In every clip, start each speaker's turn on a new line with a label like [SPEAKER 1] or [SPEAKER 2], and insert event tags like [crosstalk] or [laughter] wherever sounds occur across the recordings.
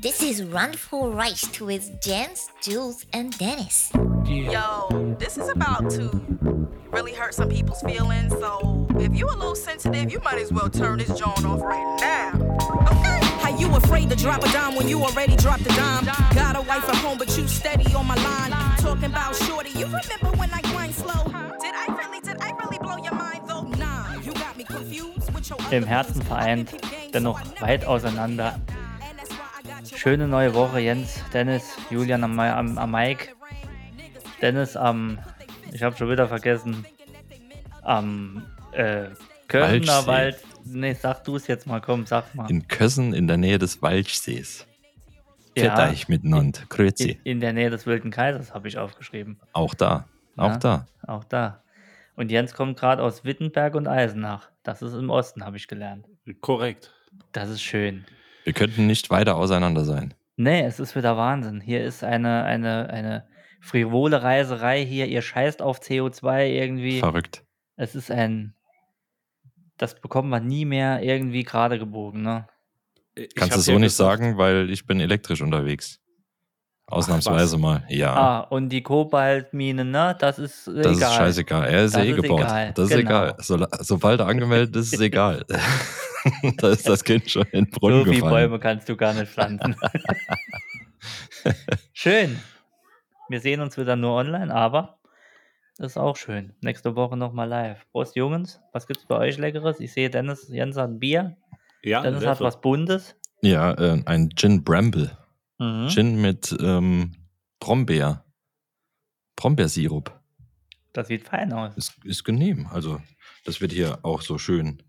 [SPEAKER 1] This is Run for Rice with Jens, Jules, and Dennis.
[SPEAKER 2] Yo, this is about to really hurt some people's feelings. So if you a little sensitive, you might as well turn this joint off right now. Okay.
[SPEAKER 3] How you afraid to drop a dime when you already dropped a dime? Got a wife at home, but you steady on my line. Talking about shorty, you remember when I grind slow? Did I really, did I really blow your mind though? Nah, you got me confused with your
[SPEAKER 4] Im Herzen vereint, dennoch weit auseinander. Schöne neue Woche, Jens, Dennis, Julian am, Mi- am, am Mike. Dennis am, ich habe schon wieder vergessen, am äh, Kölner
[SPEAKER 5] Waldsee.
[SPEAKER 4] Wald. Nee, sag du es jetzt mal, komm, sag mal.
[SPEAKER 5] In Kössen in der Nähe des Walchsees.
[SPEAKER 4] Ja.
[SPEAKER 5] Ketteich miteinander.
[SPEAKER 4] in,
[SPEAKER 5] Grüezi.
[SPEAKER 4] in der Nähe des Wilden Kaisers habe ich aufgeschrieben.
[SPEAKER 5] Auch da. Auch
[SPEAKER 4] Ja.
[SPEAKER 5] da.
[SPEAKER 4] Auch da. Und Jens kommt gerade aus Wittenberg und Eisenach. Das ist im Osten, habe ich gelernt.
[SPEAKER 6] Korrekt.
[SPEAKER 4] Das ist schön.
[SPEAKER 5] Wir könnten nicht weiter auseinander sein.
[SPEAKER 4] Nee, Ne, es ist wieder Wahnsinn. Hier ist eine, eine, eine frivole Reiserei hier. Ihr scheißt auf CO2 irgendwie.
[SPEAKER 5] Verrückt.
[SPEAKER 4] Es ist ein. Das bekommen wir nie mehr irgendwie gerade gebogen, ne?
[SPEAKER 6] Äh, Ich
[SPEAKER 5] Kannst
[SPEAKER 6] hab
[SPEAKER 5] du so
[SPEAKER 6] ja
[SPEAKER 5] nicht
[SPEAKER 6] gesagt,
[SPEAKER 5] sagen, weil ich bin elektrisch unterwegs. Ausnahmsweise mal. Ja.
[SPEAKER 4] Ah, und die Kobaltmine, ne? Das ist äh,
[SPEAKER 5] das
[SPEAKER 4] egal.
[SPEAKER 5] ist scheißegal. Er ist
[SPEAKER 4] Das
[SPEAKER 5] eh
[SPEAKER 4] ist
[SPEAKER 5] gebaut.
[SPEAKER 4] egal,
[SPEAKER 5] Das ist
[SPEAKER 4] genau.
[SPEAKER 5] egal. So, sobald er angemeldet ist, ist egal.
[SPEAKER 4] [laughs]
[SPEAKER 5] da ist das Kind schon in den Brunnen
[SPEAKER 4] So viele
[SPEAKER 5] gefallen.
[SPEAKER 4] Bäume kannst du gar nicht
[SPEAKER 5] [laughs]
[SPEAKER 4] pflanzen. schön. Wir sehen uns wieder nur online, aber das ist auch schön. Nächste Woche nochmal live. Prost, Jungs. Was gibt's bei euch Leckeres? Ich sehe, Dennis, Jens hat ein Bier.
[SPEAKER 6] Ja,
[SPEAKER 4] Dennis hat
[SPEAKER 5] also.
[SPEAKER 6] Leffe.
[SPEAKER 4] halt was Buntes.
[SPEAKER 5] Ja, äh, ein Gin Bramble.
[SPEAKER 4] Mhm.
[SPEAKER 5] Gin mit ähm, Brombeer. Brombeersirup.
[SPEAKER 4] Das sieht fein aus.
[SPEAKER 5] ist, ist genehm. Also, das wird hier auch so schön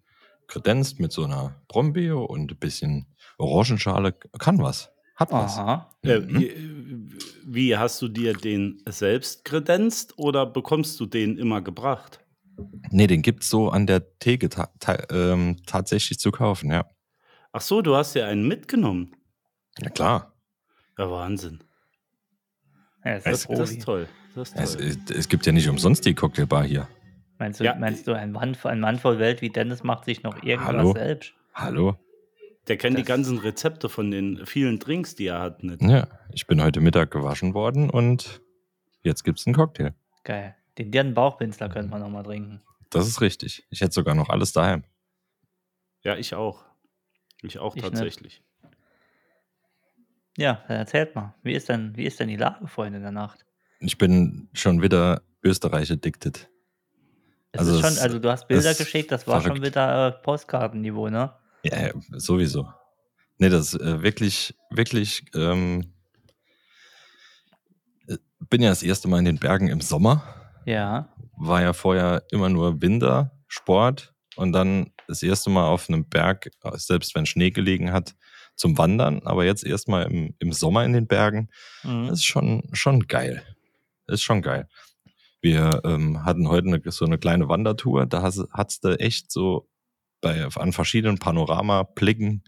[SPEAKER 5] kredenzt mit so einer Brombeere und ein bisschen Orangenschale. Kann was. Hat was.
[SPEAKER 4] Aha.
[SPEAKER 6] Äh,
[SPEAKER 5] Mhm.
[SPEAKER 6] wie, äh, wie hast du dir den selbst kredenzt oder bekommst du den immer gebracht?
[SPEAKER 5] Nee, den gibt's so an der Theke ta ta ähm, tatsächlich zu kaufen, ja.
[SPEAKER 6] Ach so, du hast ja einen mitgenommen.
[SPEAKER 5] Ja, klar.
[SPEAKER 6] Ja, Wahnsinn.
[SPEAKER 4] Er ist
[SPEAKER 6] Das,
[SPEAKER 4] ein
[SPEAKER 6] das
[SPEAKER 4] Profi.
[SPEAKER 6] ist toll. Das
[SPEAKER 5] Es,
[SPEAKER 6] ist toll.
[SPEAKER 5] es gibt ja nicht umsonst die Cocktailbar hier.
[SPEAKER 4] Meinst du,
[SPEAKER 6] Ja.
[SPEAKER 4] meinst du ein, Mann, ein Mann voll Welt wie Dennis macht sich noch irgendwas
[SPEAKER 5] Hallo?
[SPEAKER 4] selbst?
[SPEAKER 5] Hallo?
[SPEAKER 6] Der kennt die
[SPEAKER 4] das-
[SPEAKER 6] ganzen Rezepte von den vielen Drinks, die er hat. Nicht.
[SPEAKER 5] Ja, ich bin heute Mittag gewaschen worden und jetzt gibt's einen Cocktail.
[SPEAKER 4] Geil. Den dirnen Bauchpinsler könnte man nochmal trinken.
[SPEAKER 5] Das ist richtig. Ich hätte sogar noch alles daheim.
[SPEAKER 6] Ja, ich auch. Ich auch
[SPEAKER 4] Ich nicht.
[SPEAKER 6] tatsächlich.
[SPEAKER 4] Ja, dann erzählt mal. Wie ist denn, wie ist denn die Lage vorhin in der Nacht?
[SPEAKER 5] Ich bin schon wieder Österreich addicted.
[SPEAKER 4] Es
[SPEAKER 5] Also
[SPEAKER 4] ist schon,
[SPEAKER 5] es-
[SPEAKER 4] also du hast Bilder
[SPEAKER 5] es ist
[SPEAKER 4] geschickt, das war schon
[SPEAKER 5] verrückt.
[SPEAKER 4] wieder äh, Postkartenniveau, ne?
[SPEAKER 5] Ja, ja, sowieso. Nee, das ist äh, wirklich, wirklich. Ähm, äh, bin ja das erste Mal in den Bergen im Sommer.
[SPEAKER 4] Ja.
[SPEAKER 5] War ja vorher immer nur Winter, Sport und dann das erste Mal auf einem Berg, äh, selbst wenn Schnee gelegen hat, zum Wandern. Aber jetzt erstmal im, im Sommer in den Bergen.
[SPEAKER 4] Mhm.
[SPEAKER 5] Das ist schon, schon geil. Ist schon geil. Wir ähm, hatten heute eine, so eine kleine Wandertour. Da hast- hattest du echt so bei, an verschiedenen Panoramablicken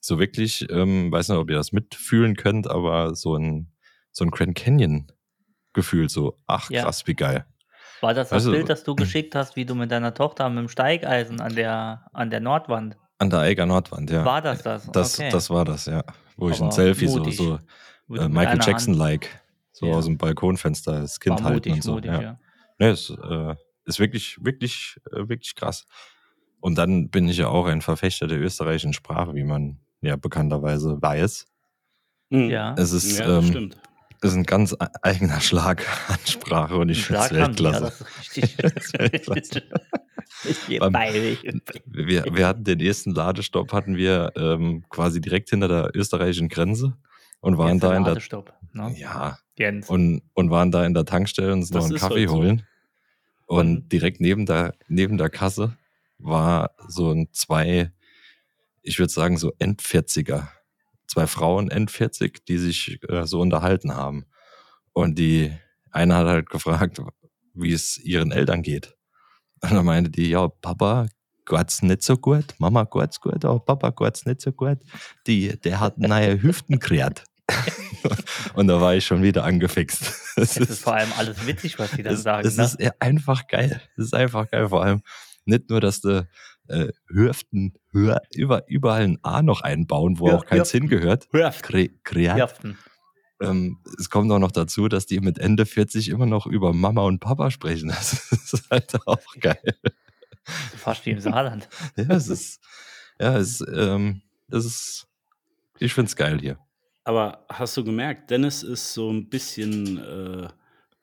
[SPEAKER 5] so wirklich, ähm, weiß nicht, ob ihr das mitfühlen könnt, aber so ein, so ein Grand Canyon-Gefühl. So, ach
[SPEAKER 4] Ja.
[SPEAKER 5] krass, wie geil.
[SPEAKER 4] War das das
[SPEAKER 5] Also-
[SPEAKER 4] Bild, das du geschickt hast, wie du mit deiner Tochter mit dem Steigeisen an der, an der Nordwand?
[SPEAKER 5] An der Eiger Nordwand, ja.
[SPEAKER 4] War das das?
[SPEAKER 5] Das,
[SPEAKER 4] Okay.
[SPEAKER 5] das war das, ja. Wo ich
[SPEAKER 4] Aber
[SPEAKER 5] ein Selfie
[SPEAKER 4] mutig.
[SPEAKER 5] so, so
[SPEAKER 4] Mit
[SPEAKER 5] äh,
[SPEAKER 4] einer
[SPEAKER 5] Michael
[SPEAKER 4] Hand.
[SPEAKER 5] Jackson-like, so
[SPEAKER 4] Ja.
[SPEAKER 5] aus dem Balkonfenster, das Kind
[SPEAKER 4] war
[SPEAKER 5] halten
[SPEAKER 4] mutig,
[SPEAKER 5] und so.
[SPEAKER 4] mutig,
[SPEAKER 5] ja.
[SPEAKER 4] ja.
[SPEAKER 5] Ne, es äh, ist wirklich, wirklich, äh, wirklich krass. Und dann bin ich ja auch ein Verfechter der österreichischen Sprache, wie man ja bekannterweise weiß.
[SPEAKER 6] Mhm.
[SPEAKER 4] Ja.
[SPEAKER 5] Es ist,
[SPEAKER 6] ja das
[SPEAKER 5] ähm,
[SPEAKER 6] stimmt.
[SPEAKER 5] ist ein ganz e- eigener Schlag [laughs] an Sprache und ich finde es
[SPEAKER 4] Schlag haben die, ja,
[SPEAKER 5] Weltklasse.
[SPEAKER 4] das ist
[SPEAKER 5] [laughs]
[SPEAKER 4] richtig.
[SPEAKER 5] Das ist
[SPEAKER 4] [laughs]
[SPEAKER 5] Weltklasse.
[SPEAKER 4] Ihr
[SPEAKER 5] Beim-
[SPEAKER 4] beide.
[SPEAKER 5] Wir,
[SPEAKER 4] [laughs]
[SPEAKER 5] wir hatten den ersten Ladestopp, hatten wir ähm, quasi direkt hinter der österreichischen Grenze und waren
[SPEAKER 4] Jetzt
[SPEAKER 5] da
[SPEAKER 4] ein
[SPEAKER 5] in der
[SPEAKER 4] Wartestopp, ne?
[SPEAKER 5] ja,
[SPEAKER 4] Jens.
[SPEAKER 5] und, und waren da in der Tankstelle und uns
[SPEAKER 6] Das
[SPEAKER 5] noch einen
[SPEAKER 6] ist
[SPEAKER 5] Kaffee
[SPEAKER 6] heute so.
[SPEAKER 5] holen. Und
[SPEAKER 4] Mhm.
[SPEAKER 5] direkt neben der, neben der Kasse war so ein zwei, ich würde sagen, so Endvierziger. Zwei Frauen Endvierzig, die sich äh, so unterhalten haben. Und die eine hat halt gefragt, wie es ihren Eltern geht. [laughs] Und dann meinte die, ja, Papa geht's nicht so gut, Mama geht's gut, aber Papa geht's nicht so gut. Die, der
[SPEAKER 4] [laughs]
[SPEAKER 5] hat neue Hüften kreiert. [laughs] Und da war ich schon
[SPEAKER 4] [laughs]
[SPEAKER 5] wieder angefixt. Das
[SPEAKER 4] Es ist vor allem alles witzig, was die dann
[SPEAKER 5] es,
[SPEAKER 4] sagen.
[SPEAKER 5] es
[SPEAKER 4] ne?
[SPEAKER 5] ist e- einfach geil. Es ist einfach geil. Vor allem nicht nur, dass du äh, Hürften, Hör, über, überall ein A noch einbauen, wo
[SPEAKER 4] Hür-
[SPEAKER 5] auch keins
[SPEAKER 4] Hürften.
[SPEAKER 5] hingehört.
[SPEAKER 4] Hürft.
[SPEAKER 5] Kre, kreat.
[SPEAKER 4] Hürften.
[SPEAKER 5] Ähm, es kommt auch noch dazu, dass die mit Ende 40 immer noch über Mama und Papa sprechen. [laughs] Das ist halt auch geil.
[SPEAKER 4] Fast wie im Saarland.
[SPEAKER 5] Ja, es ist, ja, es, ähm, das ist, ich find's geil hier.
[SPEAKER 6] Aber hast du gemerkt, Dennis ist so ein bisschen, äh,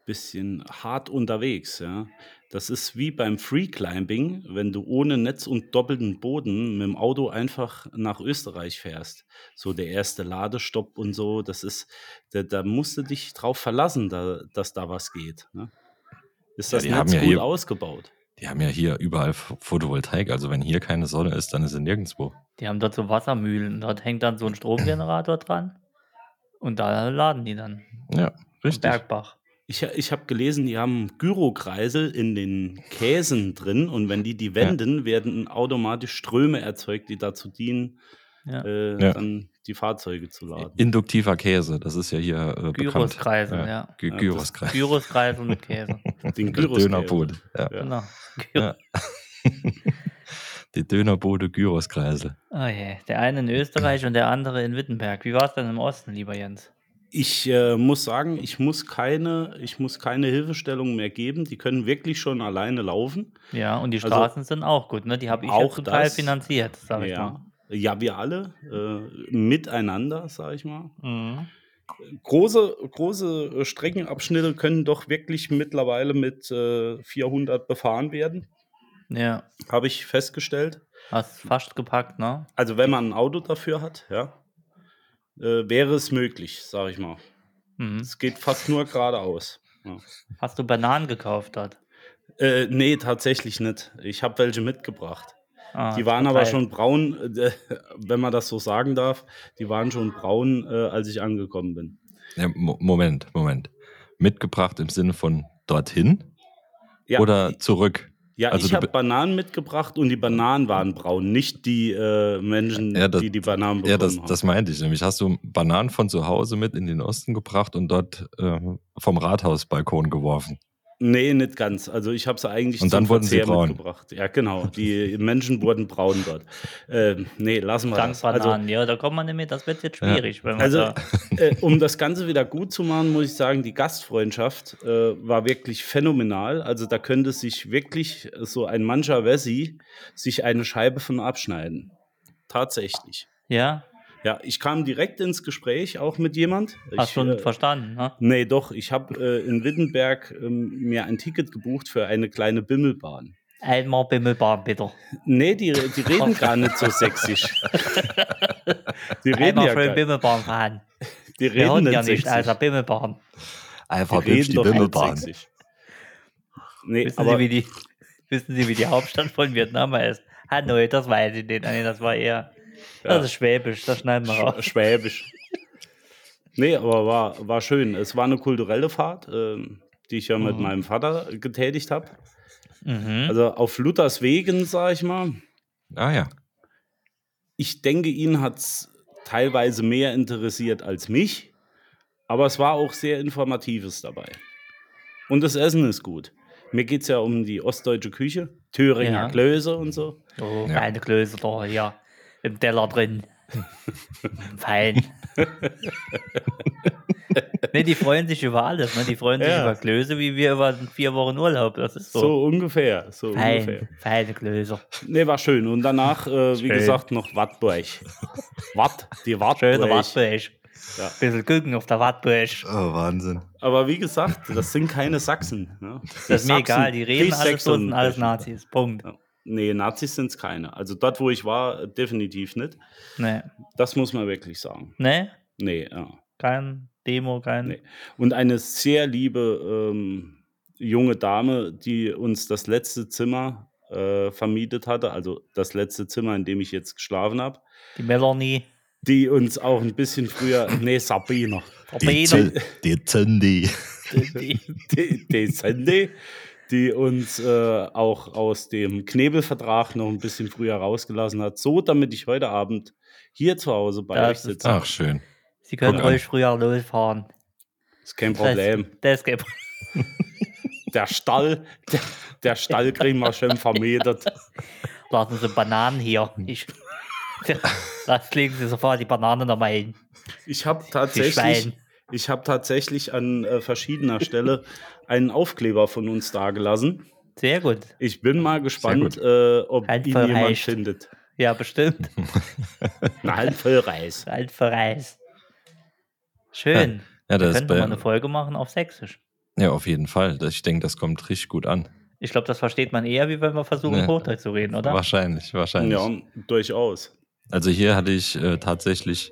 [SPEAKER 6] bisschen hart unterwegs, ja. Das ist wie beim Freeclimbing, wenn du ohne Netz und doppelten Boden mit dem Auto einfach nach Österreich fährst. So der erste Ladestopp und so, das ist, da, da musst du dich drauf verlassen, da, dass da was geht. Ne? Ist
[SPEAKER 5] Ja,
[SPEAKER 6] das
[SPEAKER 5] die haben
[SPEAKER 6] Netz
[SPEAKER 5] ja
[SPEAKER 6] gut
[SPEAKER 5] hier-
[SPEAKER 6] ausgebaut?
[SPEAKER 5] Die haben ja hier überall Ph- Photovoltaik. Also wenn hier keine Sonne ist, dann ist sie nirgendwo.
[SPEAKER 4] Die haben dort so Wassermühlen. Dort hängt dann so ein Stromgenerator dran. Und da laden die dann.
[SPEAKER 5] Ja,
[SPEAKER 4] Am
[SPEAKER 5] richtig.
[SPEAKER 4] Bergbach.
[SPEAKER 6] Ich, ich habe gelesen, die haben Gyrokreisel in den Käsen drin und wenn die die wenden, werden automatisch Ströme erzeugt, die dazu dienen,
[SPEAKER 4] Ja.
[SPEAKER 6] äh,
[SPEAKER 5] Ja.
[SPEAKER 6] dann die Fahrzeuge zu laden.
[SPEAKER 5] Induktiver Käse, das ist ja hier äh, bekannt.
[SPEAKER 4] Gyroskreisel,
[SPEAKER 5] Ja.
[SPEAKER 4] ja.
[SPEAKER 5] Gy
[SPEAKER 6] Ja,
[SPEAKER 5] Gyroskreis.
[SPEAKER 4] Gyroskreisel mit
[SPEAKER 5] [laughs]
[SPEAKER 4] Käse.
[SPEAKER 6] Den
[SPEAKER 5] Der
[SPEAKER 6] Gyros-
[SPEAKER 5] Dönerbude. Ja.
[SPEAKER 6] Ja.
[SPEAKER 4] Genau.
[SPEAKER 5] Ja. Die Dönerbude Gyroskreisel.
[SPEAKER 4] Oh je. Der eine in Österreich und der andere in Wittenberg. Wie war es denn im Osten, lieber Jens?
[SPEAKER 6] Ich äh, muss sagen, ich muss, keine, ich muss keine Hilfestellung mehr geben. Die können wirklich schon alleine laufen.
[SPEAKER 4] Ja, und die
[SPEAKER 6] Also-
[SPEAKER 4] Straßen sind auch gut, ne? Die habe ich ja
[SPEAKER 6] Auch
[SPEAKER 4] zum Teil
[SPEAKER 6] das-
[SPEAKER 4] finanziert, sag ich
[SPEAKER 6] ja. ja, wir alle äh, miteinander, sage ich mal.
[SPEAKER 4] mal. Mhm.
[SPEAKER 6] große, große äh, Streckenabschnitte können doch wirklich mittlerweile mit äh, 400 befahren werden,
[SPEAKER 4] Ja,
[SPEAKER 6] habe ich festgestellt.
[SPEAKER 4] hast fast gepackt, ne?
[SPEAKER 6] Also wenn man ein Auto dafür hat, ja, äh, wäre es möglich, sage ich mal.
[SPEAKER 4] Mhm.
[SPEAKER 6] Es geht fast nur geradeaus. Ja.
[SPEAKER 4] Hast du Bananen gekauft dort?
[SPEAKER 6] Äh, nee, tatsächlich nicht. Ich habe welche mitgebracht.
[SPEAKER 4] Ah,
[SPEAKER 6] Die waren aber
[SPEAKER 4] verteilt.
[SPEAKER 6] schon braun, äh, [laughs] wenn man das so sagen darf, die waren schon braun, äh, als ich angekommen bin.
[SPEAKER 5] Ja, Mo- Moment, Moment. Mitgebracht im Sinne von dorthin
[SPEAKER 6] Ja,
[SPEAKER 5] oder zurück?
[SPEAKER 6] Ja,
[SPEAKER 5] Also
[SPEAKER 6] ich
[SPEAKER 5] du
[SPEAKER 6] habe
[SPEAKER 5] be-
[SPEAKER 6] Bananen mitgebracht und die Bananen waren braun, nicht die äh, Menschen,
[SPEAKER 5] Ja, das-
[SPEAKER 6] die die Bananen bekommen
[SPEAKER 5] Ja, das,
[SPEAKER 6] haben.
[SPEAKER 5] das meinte ich nämlich. Hast du Bananen von zu Hause mit in den Osten gebracht und dort ähm, vom Rathausbalkon geworfen?
[SPEAKER 6] nee, nicht ganz. Also ich habe sie eigentlich
[SPEAKER 5] Und dann
[SPEAKER 6] zum
[SPEAKER 5] wurden sie
[SPEAKER 6] Verzehr
[SPEAKER 5] braun.
[SPEAKER 6] mitgebracht. Ja, genau. Die Menschen wurden braun dort. Ähm, nee, lassen wir
[SPEAKER 4] Dank
[SPEAKER 6] das. Also,
[SPEAKER 4] Bananen, ja, da kommt man nämlich, das wird jetzt schwierig. Wenn man
[SPEAKER 6] also
[SPEAKER 4] da,
[SPEAKER 6] äh, um das Ganze wieder gut zu machen, muss ich sagen, die Gastfreundschaft äh, war wirklich phänomenal. Also da könnte sich wirklich äh, so ein mancher Wessi sich eine Scheibe von abschneiden. Tatsächlich.
[SPEAKER 4] ja,
[SPEAKER 6] Ja, ich kam direkt ins Gespräch auch mit jemand.
[SPEAKER 4] hast
[SPEAKER 6] ich,
[SPEAKER 4] schon
[SPEAKER 6] äh,
[SPEAKER 4] verstanden, ne?
[SPEAKER 6] Nee, doch, ich habe äh, in Wittenberg ähm, mir ein Ticket gebucht für eine kleine Bimmelbahn.
[SPEAKER 4] Einmal Bimmelbahn, bitte.
[SPEAKER 6] Nee, die, die reden gar nicht so sächsisch. die reden
[SPEAKER 4] Einmal
[SPEAKER 6] ja
[SPEAKER 4] schön
[SPEAKER 6] gar,
[SPEAKER 4] Bimmelbahn
[SPEAKER 6] [laughs]
[SPEAKER 4] fahren.
[SPEAKER 6] die
[SPEAKER 4] Wir
[SPEAKER 6] reden
[SPEAKER 4] hatten ja
[SPEAKER 6] nicht
[SPEAKER 4] nicht,
[SPEAKER 6] sächsisch.
[SPEAKER 4] also Bimmelbahn.
[SPEAKER 5] Einfach
[SPEAKER 6] die reden
[SPEAKER 5] die
[SPEAKER 6] doch nicht
[SPEAKER 5] Wimmelbahn.
[SPEAKER 6] sächsisch. Nee,
[SPEAKER 4] Wissen
[SPEAKER 6] aber
[SPEAKER 4] Sie, wie die, wissen Sie, wie die Hauptstadt von Vietnam heißt? Hanoi, das weiß ich nicht. Ah, Nee, das war eher.
[SPEAKER 6] Ja.
[SPEAKER 4] Das ist Schwäbisch, das schneiden wir
[SPEAKER 6] Sch-
[SPEAKER 4] raus.
[SPEAKER 6] Schwäbisch. Nee, aber war, war schön. Es war eine kulturelle Fahrt, ähm, die ich ja mit meinem Vater getätigt habe.
[SPEAKER 4] Mhm.
[SPEAKER 6] Also auf Luthers Wegen, sag ich mal.
[SPEAKER 5] Ah ja.
[SPEAKER 6] ich denke, ihn hat es teilweise mehr interessiert als mich, aber es war auch sehr Informatives dabei. Und das Essen ist gut. Mir geht es ja um die ostdeutsche Küche, Thüringer
[SPEAKER 4] Ja.
[SPEAKER 6] Klöße und so.
[SPEAKER 4] Oh,
[SPEAKER 5] Ja.
[SPEAKER 4] feine Klöße da, ja. Im Teller
[SPEAKER 6] [laughs]
[SPEAKER 4] drin. Fein. ne, die freuen sich über alles. Ne? Die freuen sich
[SPEAKER 6] Ja.
[SPEAKER 4] über Klöße, wie wir über vier Wochen Urlaub. Das ist
[SPEAKER 6] So,
[SPEAKER 4] so.
[SPEAKER 6] ungefähr. So ungefähr.
[SPEAKER 4] Fein, feine Klöße.
[SPEAKER 6] Nee, war schön. Und danach, äh, wie
[SPEAKER 4] Schön.
[SPEAKER 6] gesagt, noch Wattburg. Watt, die Wattburg.
[SPEAKER 4] Schöner Wattbusch.
[SPEAKER 6] Ja.
[SPEAKER 4] Bisschen gucken auf der Wattbusch.
[SPEAKER 5] Oh, Wahnsinn.
[SPEAKER 6] Aber wie gesagt, das sind keine Sachsen. Ne?
[SPEAKER 4] Das ist mir egal. Die reden alles so, sind alles
[SPEAKER 6] Nazis.
[SPEAKER 4] Nazis. Punkt.
[SPEAKER 6] Nee, Nazis sind es keine. Also dort, wo ich war, äh, definitiv nicht.
[SPEAKER 4] Ne,
[SPEAKER 6] Das muss man wirklich sagen.
[SPEAKER 4] ne?
[SPEAKER 6] Nee, ja.
[SPEAKER 4] Kein Demo, kein.
[SPEAKER 6] Nee. Und eine sehr liebe ähm, junge Dame, die uns das letzte Zimmer äh, vermietet hatte, also das letzte Zimmer, in dem ich jetzt geschlafen habe,
[SPEAKER 4] Die Melanie.
[SPEAKER 6] die uns auch ein bisschen früher, nee, Sabine,
[SPEAKER 5] Die,
[SPEAKER 4] Torpedo.
[SPEAKER 5] Zü- die Zündi.
[SPEAKER 4] Die,
[SPEAKER 6] [laughs] die, die Sandy, die uns äh, auch aus dem Knebelvertrag noch ein bisschen früher rausgelassen hat, so damit ich heute Abend hier zu Hause bei
[SPEAKER 4] Das
[SPEAKER 6] euch
[SPEAKER 4] ist
[SPEAKER 6] sitze.
[SPEAKER 5] Ach, schön.
[SPEAKER 4] Sie können
[SPEAKER 5] Guck an.
[SPEAKER 4] ruhig früher losfahren.
[SPEAKER 6] Ist kein Problem.
[SPEAKER 4] Das, das gibt
[SPEAKER 6] Der Stall, der, der Stall kriegen wir schön vermietet.
[SPEAKER 4] lassen Sie Bananen hier.
[SPEAKER 5] Hm.
[SPEAKER 4] Ich, [laughs] das legen Sie sofort die Banane nochmal hin.
[SPEAKER 6] Ich habe
[SPEAKER 4] Schwein.
[SPEAKER 6] tatsächlich, ich habe tatsächlich an äh, verschiedener Stelle einen Aufkleber von uns dagelassen.
[SPEAKER 4] Sehr gut.
[SPEAKER 6] Ich bin mal gespannt, äh, ob
[SPEAKER 4] Hand
[SPEAKER 6] ihn
[SPEAKER 4] voll
[SPEAKER 6] jemand
[SPEAKER 4] reicht.
[SPEAKER 6] findet.
[SPEAKER 4] Ja, bestimmt. [laughs]
[SPEAKER 6] Eine [laughs] halb voll Reis.
[SPEAKER 4] Alt verreist. Schön. Wir
[SPEAKER 5] Ja, das ist
[SPEAKER 4] könnten mal
[SPEAKER 5] bei,
[SPEAKER 4] eine Folge machen auf Sächsisch.
[SPEAKER 5] ja, auf jeden Fall. Das- Ich denke, das kommt richtig gut an.
[SPEAKER 4] Ich glaube, das versteht man eher, wie wenn wir versuchen,
[SPEAKER 5] Ja.
[SPEAKER 4] Hochdeutsch zu reden, oder?
[SPEAKER 5] Wahrscheinlich, wahrscheinlich.
[SPEAKER 6] Ja, durchaus.
[SPEAKER 5] Also hier hatte ich äh, tatsächlich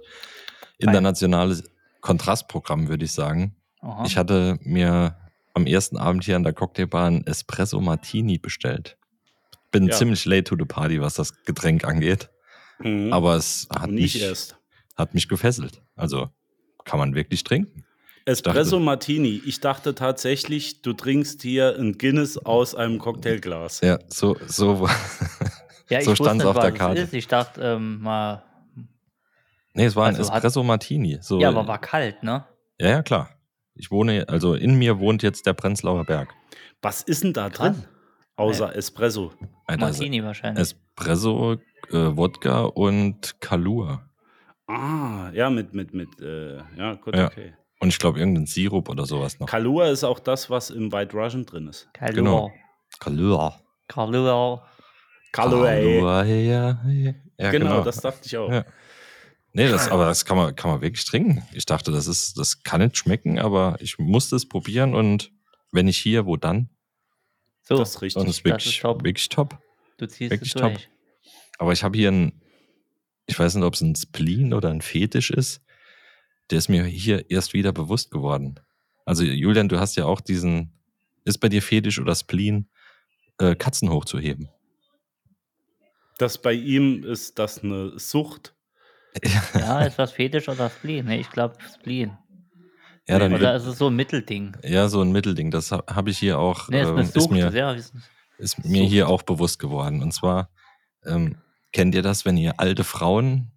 [SPEAKER 5] internationales Kontrastprogramm, würde ich sagen.
[SPEAKER 6] Ah.
[SPEAKER 4] Aha.
[SPEAKER 5] Ich hatte mir am ersten Abend hier an der Cocktailbar ein Espresso Martini bestellt. Bin
[SPEAKER 6] Ja.
[SPEAKER 5] ziemlich late to the party, was das Getränk angeht.
[SPEAKER 6] Mhm.
[SPEAKER 5] Aber es hat
[SPEAKER 6] Und nicht
[SPEAKER 5] mich,
[SPEAKER 6] erst.
[SPEAKER 5] hat mich gefesselt. Also kann man wirklich trinken.
[SPEAKER 6] Espresso
[SPEAKER 5] dachte-
[SPEAKER 6] Martini. Ich dachte tatsächlich, du trinkst hier ein Guinness aus einem Cocktailglas.
[SPEAKER 5] Ja, so, so,
[SPEAKER 4] ja,
[SPEAKER 5] so
[SPEAKER 4] wusste
[SPEAKER 5] stand's
[SPEAKER 4] nicht,
[SPEAKER 5] auf der
[SPEAKER 4] was es
[SPEAKER 5] Karte.
[SPEAKER 4] Ist. Ich dachte ähm, mal,
[SPEAKER 5] [laughs] nee, es war ein
[SPEAKER 4] Also hat-
[SPEAKER 5] Espresso Martini. So,
[SPEAKER 4] ja, aber war kalt, ne?
[SPEAKER 5] ja, ja, klar. Ich wohne, also in mir wohnt jetzt der Prenzlauer Berg.
[SPEAKER 6] Was ist denn da
[SPEAKER 4] Krass.
[SPEAKER 6] drin? Außer Espresso.
[SPEAKER 5] Alter, es-
[SPEAKER 4] Martini wahrscheinlich.
[SPEAKER 5] Espresso, äh, Wodka und Kalua.
[SPEAKER 6] Ah, ja, mit, mit, mit, äh, ja, gut,
[SPEAKER 5] Ja.
[SPEAKER 6] okay.
[SPEAKER 5] Und ich glaube, irgendein Sirup oder sowas noch.
[SPEAKER 6] Kalua ist auch das, was im White Russian drin ist.
[SPEAKER 4] Kalua.
[SPEAKER 5] genau. Kalua.
[SPEAKER 4] Kalua.
[SPEAKER 5] Kalua, ja, ja. ja
[SPEAKER 6] Genau, das dachte ich auch.
[SPEAKER 5] Ja. Nee, das, aber das kann man, kann man wirklich trinken. Ich dachte, das ist, das kann nicht schmecken, aber ich musste es probieren und wenn ich hier, wo dann?
[SPEAKER 4] So,
[SPEAKER 6] Das ist richtig.
[SPEAKER 5] Und es ist wirklich,
[SPEAKER 4] ist top.
[SPEAKER 5] wirklich top.
[SPEAKER 4] du ziehst es
[SPEAKER 5] wirklich top.
[SPEAKER 4] durch.
[SPEAKER 5] Aber ich habe hier ein, ich weiß nicht, ob es ein Spleen oder ein Fetisch ist, der ist mir hier erst wieder bewusst geworden. Also Julian, du hast ja auch diesen, ist bei dir Fetisch oder Spleen, äh, Katzen hochzuheben.
[SPEAKER 6] Das bei ihm ist das eine Sucht.
[SPEAKER 4] Ja, ist was Fetisch oder Spleen? Ne, ich glaube Spleen.
[SPEAKER 5] Ja, dann
[SPEAKER 4] oder ist es so ein Mittelding?
[SPEAKER 5] ja so ein Mittelding. Das habe hab ich hier auch,
[SPEAKER 4] Ne, ist
[SPEAKER 5] ähm,
[SPEAKER 4] eine
[SPEAKER 5] ist,
[SPEAKER 4] Sucht.
[SPEAKER 5] mir,
[SPEAKER 4] ja, ist-
[SPEAKER 5] ist mir hier auch bewusst geworden. Und zwar ähm, kennt ihr das, wenn ihr alte Frauen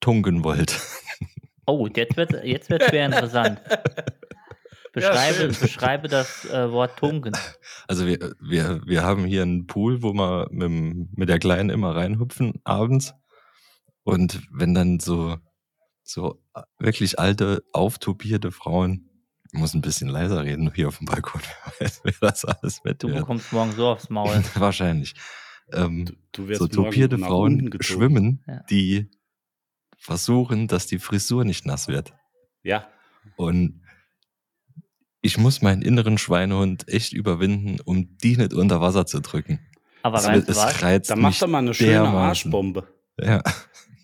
[SPEAKER 5] tunken wollt? [laughs]
[SPEAKER 4] Oh, jetzt wird jetzt wird schwer
[SPEAKER 6] [laughs]
[SPEAKER 4] interessant. Beschreibe,
[SPEAKER 6] schön.
[SPEAKER 4] beschreibe das äh, Wort Tunken.
[SPEAKER 5] Also wir, wir, wir haben hier einen Pool, wo wir mit, dem- mit der Kleinen immer reinhüpfen abends. Und wenn dann so, so äh, wirklich alte, auftopierte Frauen, ich muss ein bisschen leiser reden hier auf dem Balkon, [laughs] wer weiß, wer das alles mit
[SPEAKER 4] Du bekommst morgen so aufs Maul.
[SPEAKER 5] Wahrscheinlich. Ähm,
[SPEAKER 6] Du
[SPEAKER 5] so
[SPEAKER 6] morgen
[SPEAKER 5] topierte
[SPEAKER 6] nach
[SPEAKER 5] Frauen
[SPEAKER 6] unten gezogen.
[SPEAKER 5] schwimmen,
[SPEAKER 4] Ja.
[SPEAKER 5] die versuchen, dass die Frisur nicht nass wird.
[SPEAKER 6] Ja,
[SPEAKER 5] Und ich muss meinen inneren Schweinehund echt überwinden, um die nicht unter Wasser zu drücken.
[SPEAKER 4] Aber
[SPEAKER 5] Es,
[SPEAKER 4] weißt du
[SPEAKER 5] es
[SPEAKER 4] was?
[SPEAKER 5] reizt
[SPEAKER 6] dann macht
[SPEAKER 5] mich
[SPEAKER 6] er mal eine schöne
[SPEAKER 5] dermaßen.
[SPEAKER 6] Arschbombe.
[SPEAKER 5] Ja.